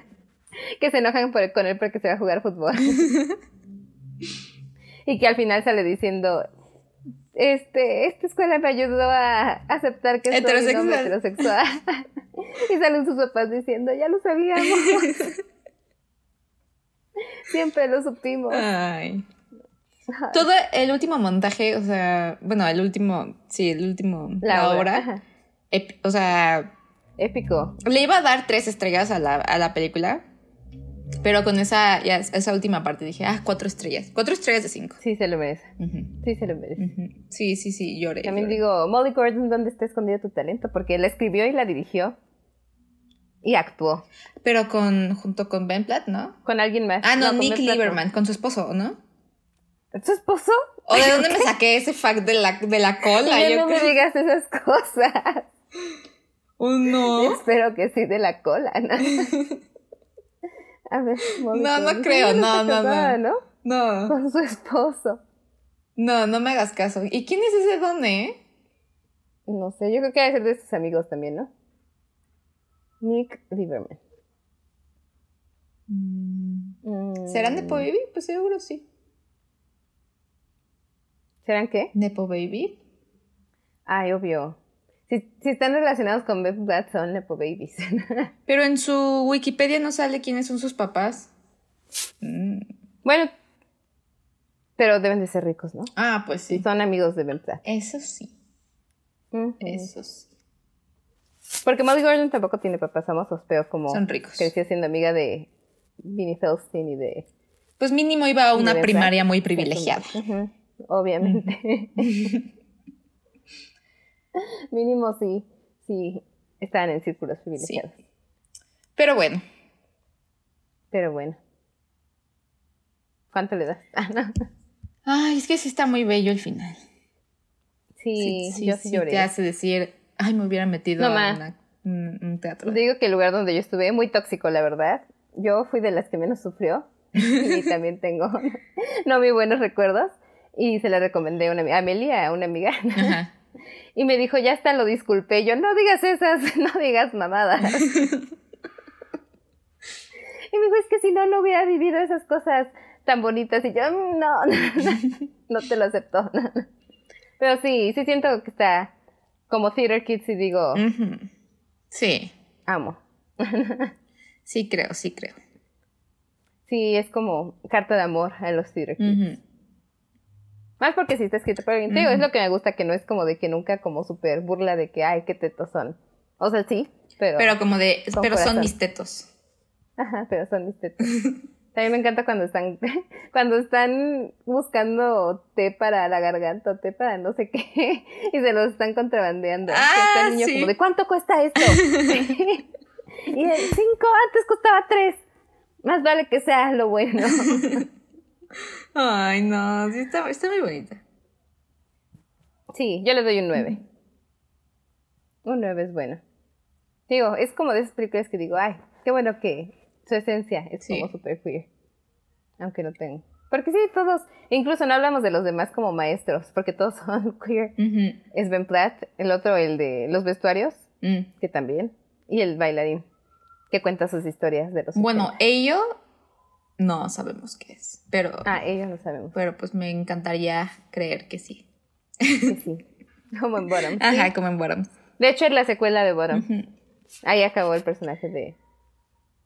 que se enojan por- con él porque se va a jugar fútbol. *laughs* y que al final sale diciendo, este, esta escuela me ayudó a aceptar que soy un hombre Heterosexual. heterosexual. *laughs* y salen sus papás diciendo, ya lo sabíamos. *laughs* Siempre lo supimos. Ah, Ay. Todo el último montaje, o sea, bueno, el último, sí, el último, la, obra, Ajá. ep- o sea, Épico. le iba a dar tres estrellas a la, a la película, pero con esa, ya, esa última parte dije, ah, cuatro estrellas, cuatro estrellas de cinco. Sí se lo merece. Ujú, Sí se lo merece. ujú. Sí, sí, sí, lloré. También lloré. digo, Molly Gordon, ¿dónde está escondido tu talento? Porque la escribió y la dirigió. Y actuó. Pero con, junto con Ben Platt, ¿no? Con alguien más. Ah, no, con Nick Ben Platt, no. Lieberman, con su *laughs* esposo, ¿no? ¿Tu esposo? ¿O de dónde me saqué ese fact de la, de la cola? Ya Yo no me creo- digas esas cosas. Oh, *laughs* no. Espero que sí de la cola, *laughs* ¿no? A ver, No, no creo, no, no, no, no. No. Con su esposo. No, no me hagas caso. ¿Y quién es ese don, eh? No sé, yo creo que debe ser de sus amigos también, ¿no? Nick Lieberman. Mm, ¿Serán Nepo Baby? Pues seguro sí. ¿Serán qué? ¿Nepo Baby? Ay, obvio. Si, si están relacionados con Beth Blatt, son Nepo Babies. *laughs* Pero en su Wikipedia no sale quiénes son sus papás. Mm. bueno, pero deben de ser ricos, ¿no? Ah, pues Si sí. son amigos de Beth Blatt. Eso sí. Ujú. Eso sí. Porque Molly Gordon tampoco tiene papás famosos, pero como Son ricos. creció siendo amiga de Vinnie Felstein y de... Pues mínimo iba a y de una Ben primaria Platt, muy que son- privilegiada. Ujú, *laughs* obviamente. Mínimo sí, sí, estaban en círculos privilegiados. Pero bueno, Pero bueno. ¿Cuánto le das? Ah, no. ay, es que sí está muy bello el final. Sí, yo sí, lloré. te hace decir, ay, me hubiera metido No, ma. a una- un, un teatro. Digo que el lugar donde yo estuve, muy tóxico, la verdad. Yo fui de las que menos sufrió y *laughs* también tengo no muy buenos recuerdos. Y se la recomendé a una amiga, a Amelia, a una amiga, Ajá. y me dijo, ya está, lo disculpé. Yo, no digas esas, *laughs* no digas mamadas. y me dijo, es que si no, no hubiera vivido esas cosas tan bonitas. Y yo, "Mm, no, *laughs* no te lo acepto. *laughs* Pero sí, sí siento que está como Theater Kids y digo, Ujú. Sí, amo. sí creo, sí creo. Sí, es como carta de amor a los Theater Kids. Ujú. Más porque sí está escrito por alguien. Te digo, es lo que me gusta, que no es como de que nunca como súper burla de que, ay, qué tetos son. O sea, sí, Pero como de, Con pero son corazón. mis tetos. Ajá, pero son mis tetas. También me encanta cuando están, *laughs* cuando están buscando té para la garganta, o té para no sé qué, *laughs* y se los están contrabandeando. Que está Ah, el niño sí. como de, ¿cuánto cuesta *laughs* esto? *laughs* y el cinco, antes costaba tres. Más vale que sea lo bueno. Ay, no, sí está, está muy bonita. Sí, yo le doy un 9. Un 9 es bueno. Digo, es como de esas películas que digo, ay, qué bueno que su esencia es Sí. como super queer. Aunque no tengo. Porque sí, todos, incluso no hablamos de los demás como maestros, porque todos *laughs* son queer. Ujú. Es Ben Platt, el otro, el de los vestuarios, Mm. que también, y el bailarín, que cuenta sus historias de los... Bueno, ello no sabemos qué es, pero, 80. Ah, ellos no sabemos. pero pues me encantaría creer que sí. que sí. Como en *laughs* Bottom. Ajá, como en Bottom. De hecho, es la secuela de Bottom. Ahí acabó el personaje de...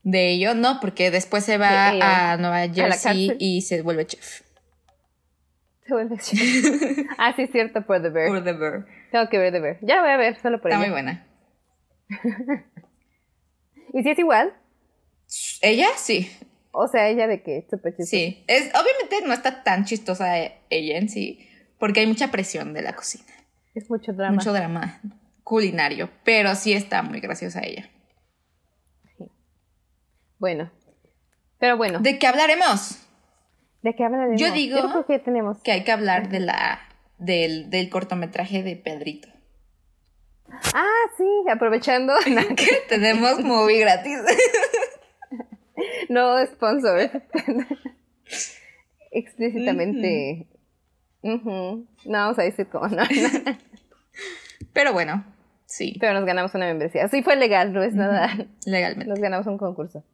De ello, no, porque después se va De ello. a Nueva Jersey cárcel. y se vuelve chef. Se vuelve *laughs* chef. ah, sí, es cierto, por The Bear. Por The Bear. Tengo que ver The Bear. Ya la voy a ver, solo por Está muy ella. buena. ¿Y si es igual? ¿Ella? Sí, O sea, ella de que es súper chistosa. sí. Es, obviamente no está tan chistosa e- ella en sí, porque hay mucha presión de la cocina. Es mucho drama. Mucho drama culinario, pero sí está muy graciosa ella. Bueno. Pero bueno, ¿de, ¿De qué hablaremos? qué habla de Yo nuevo? digo- Yo creo que ya tenemos. que hay que hablar de la, del, del cortometraje de Pedrito. *laughs* Ah, sí, aprovechando. No, Que tenemos movie gratis. *laughs* *laughs* no sponsor. Explícitamente. Ujú. No vamos a decir cómo no, *laughs* no. Pero bueno, sí, Pero nos ganamos una membresía. Sí fue legal, no es nada. legalmente. Nos ganamos un concurso.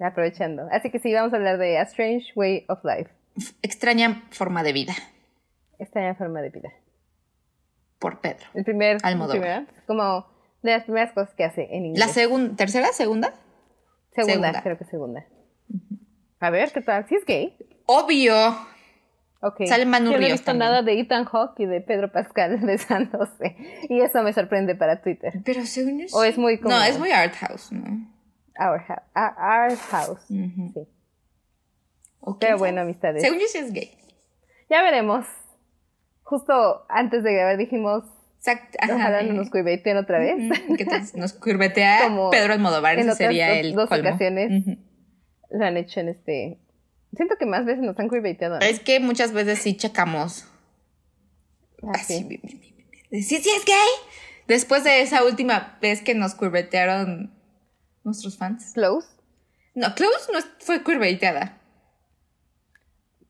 Aprovechando. Así que sí, vamos a hablar de A Strange Way of Life. Extraña forma de vida Extraña forma de vida. por Pedro. El primer. Almodóvar. el primero, como de las primeras cosas que hace en inglés. La segun- tercera, segunda. segunda, segunda. creo que segunda. A ver, ¿qué tal? Si es gay. Obvio. Ok. Sale Yo Manu no he Ríos visto también. nada de Ethan Hawke y de Pedro Pascal *laughs* besándose. Y eso me sorprende para Twitter. Pero según yo. O sí. es muy como- No, es muy art house, ¿no? Our, house. our house. Ujú. Sí. O quién Pero sabe. bueno, amistades. Según yo sí es gay. Ya veremos. Justo antes de grabar dijimos, Exacto. ajá, ojalá eh. no nos cuibaiten otra vez. Ujú, *laughs* Que te- nos curvetea Como Pedro Almodóvar, en ese otras sería dos- el dos colmo. ocasiones. Ujú. Lo han hecho en este... Siento que más veces nos han cuibaiteado. Es que muchas veces sí checamos. Así. Así. bi- bi- bi- bi- Sí, sí es gay. Después de esa última vez que nos curvetearon nuestros fans. Close. No, Klaus no es- fue curveteada.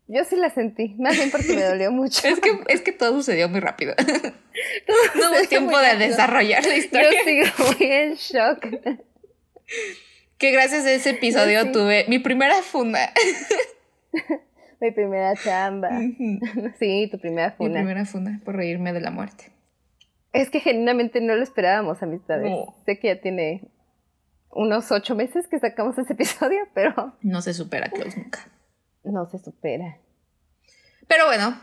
Yo sí la sentí, más bien *laughs* porque me dolió mucho. *laughs* Es que, es que todo sucedió muy rápido. *laughs* No hubo sucedió tiempo muy de rápido. desarrollar la Yo historia. sigo muy en shock. Que gracias a ese episodio sí. tuve mi primera funda. *laughs* Mi primera chamba. Sí, tu primera Mi funa. primera funda por reírme de la muerte. Es que genuinamente no lo esperábamos, amistades. No. Sé que ya tiene unos ocho meses que sacamos ese episodio, *laughs* pero No se supera Klaus nunca. no se supera. Pero bueno,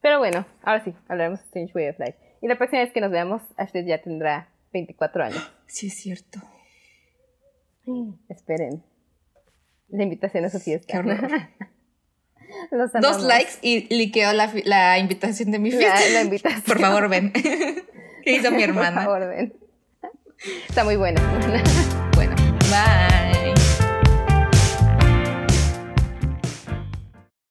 Pero bueno, ahora sí, hablaremos de Strange Way of Life. Y la próxima vez que nos veamos, Ashley ya tendrá 24 años. sí es cierto. Esperen. La invitación a su fiesta. Mm. Qué horror. *laughs* Los Dos amamos. likes y liqueó la, fi- la invitación de mi La, *laughs* fiesta. la invitación. Por favor, ven. *laughs* ¿Qué hizo *laughs* mi Por hermana? favor, ven. Está muy buena. Bueno, bye.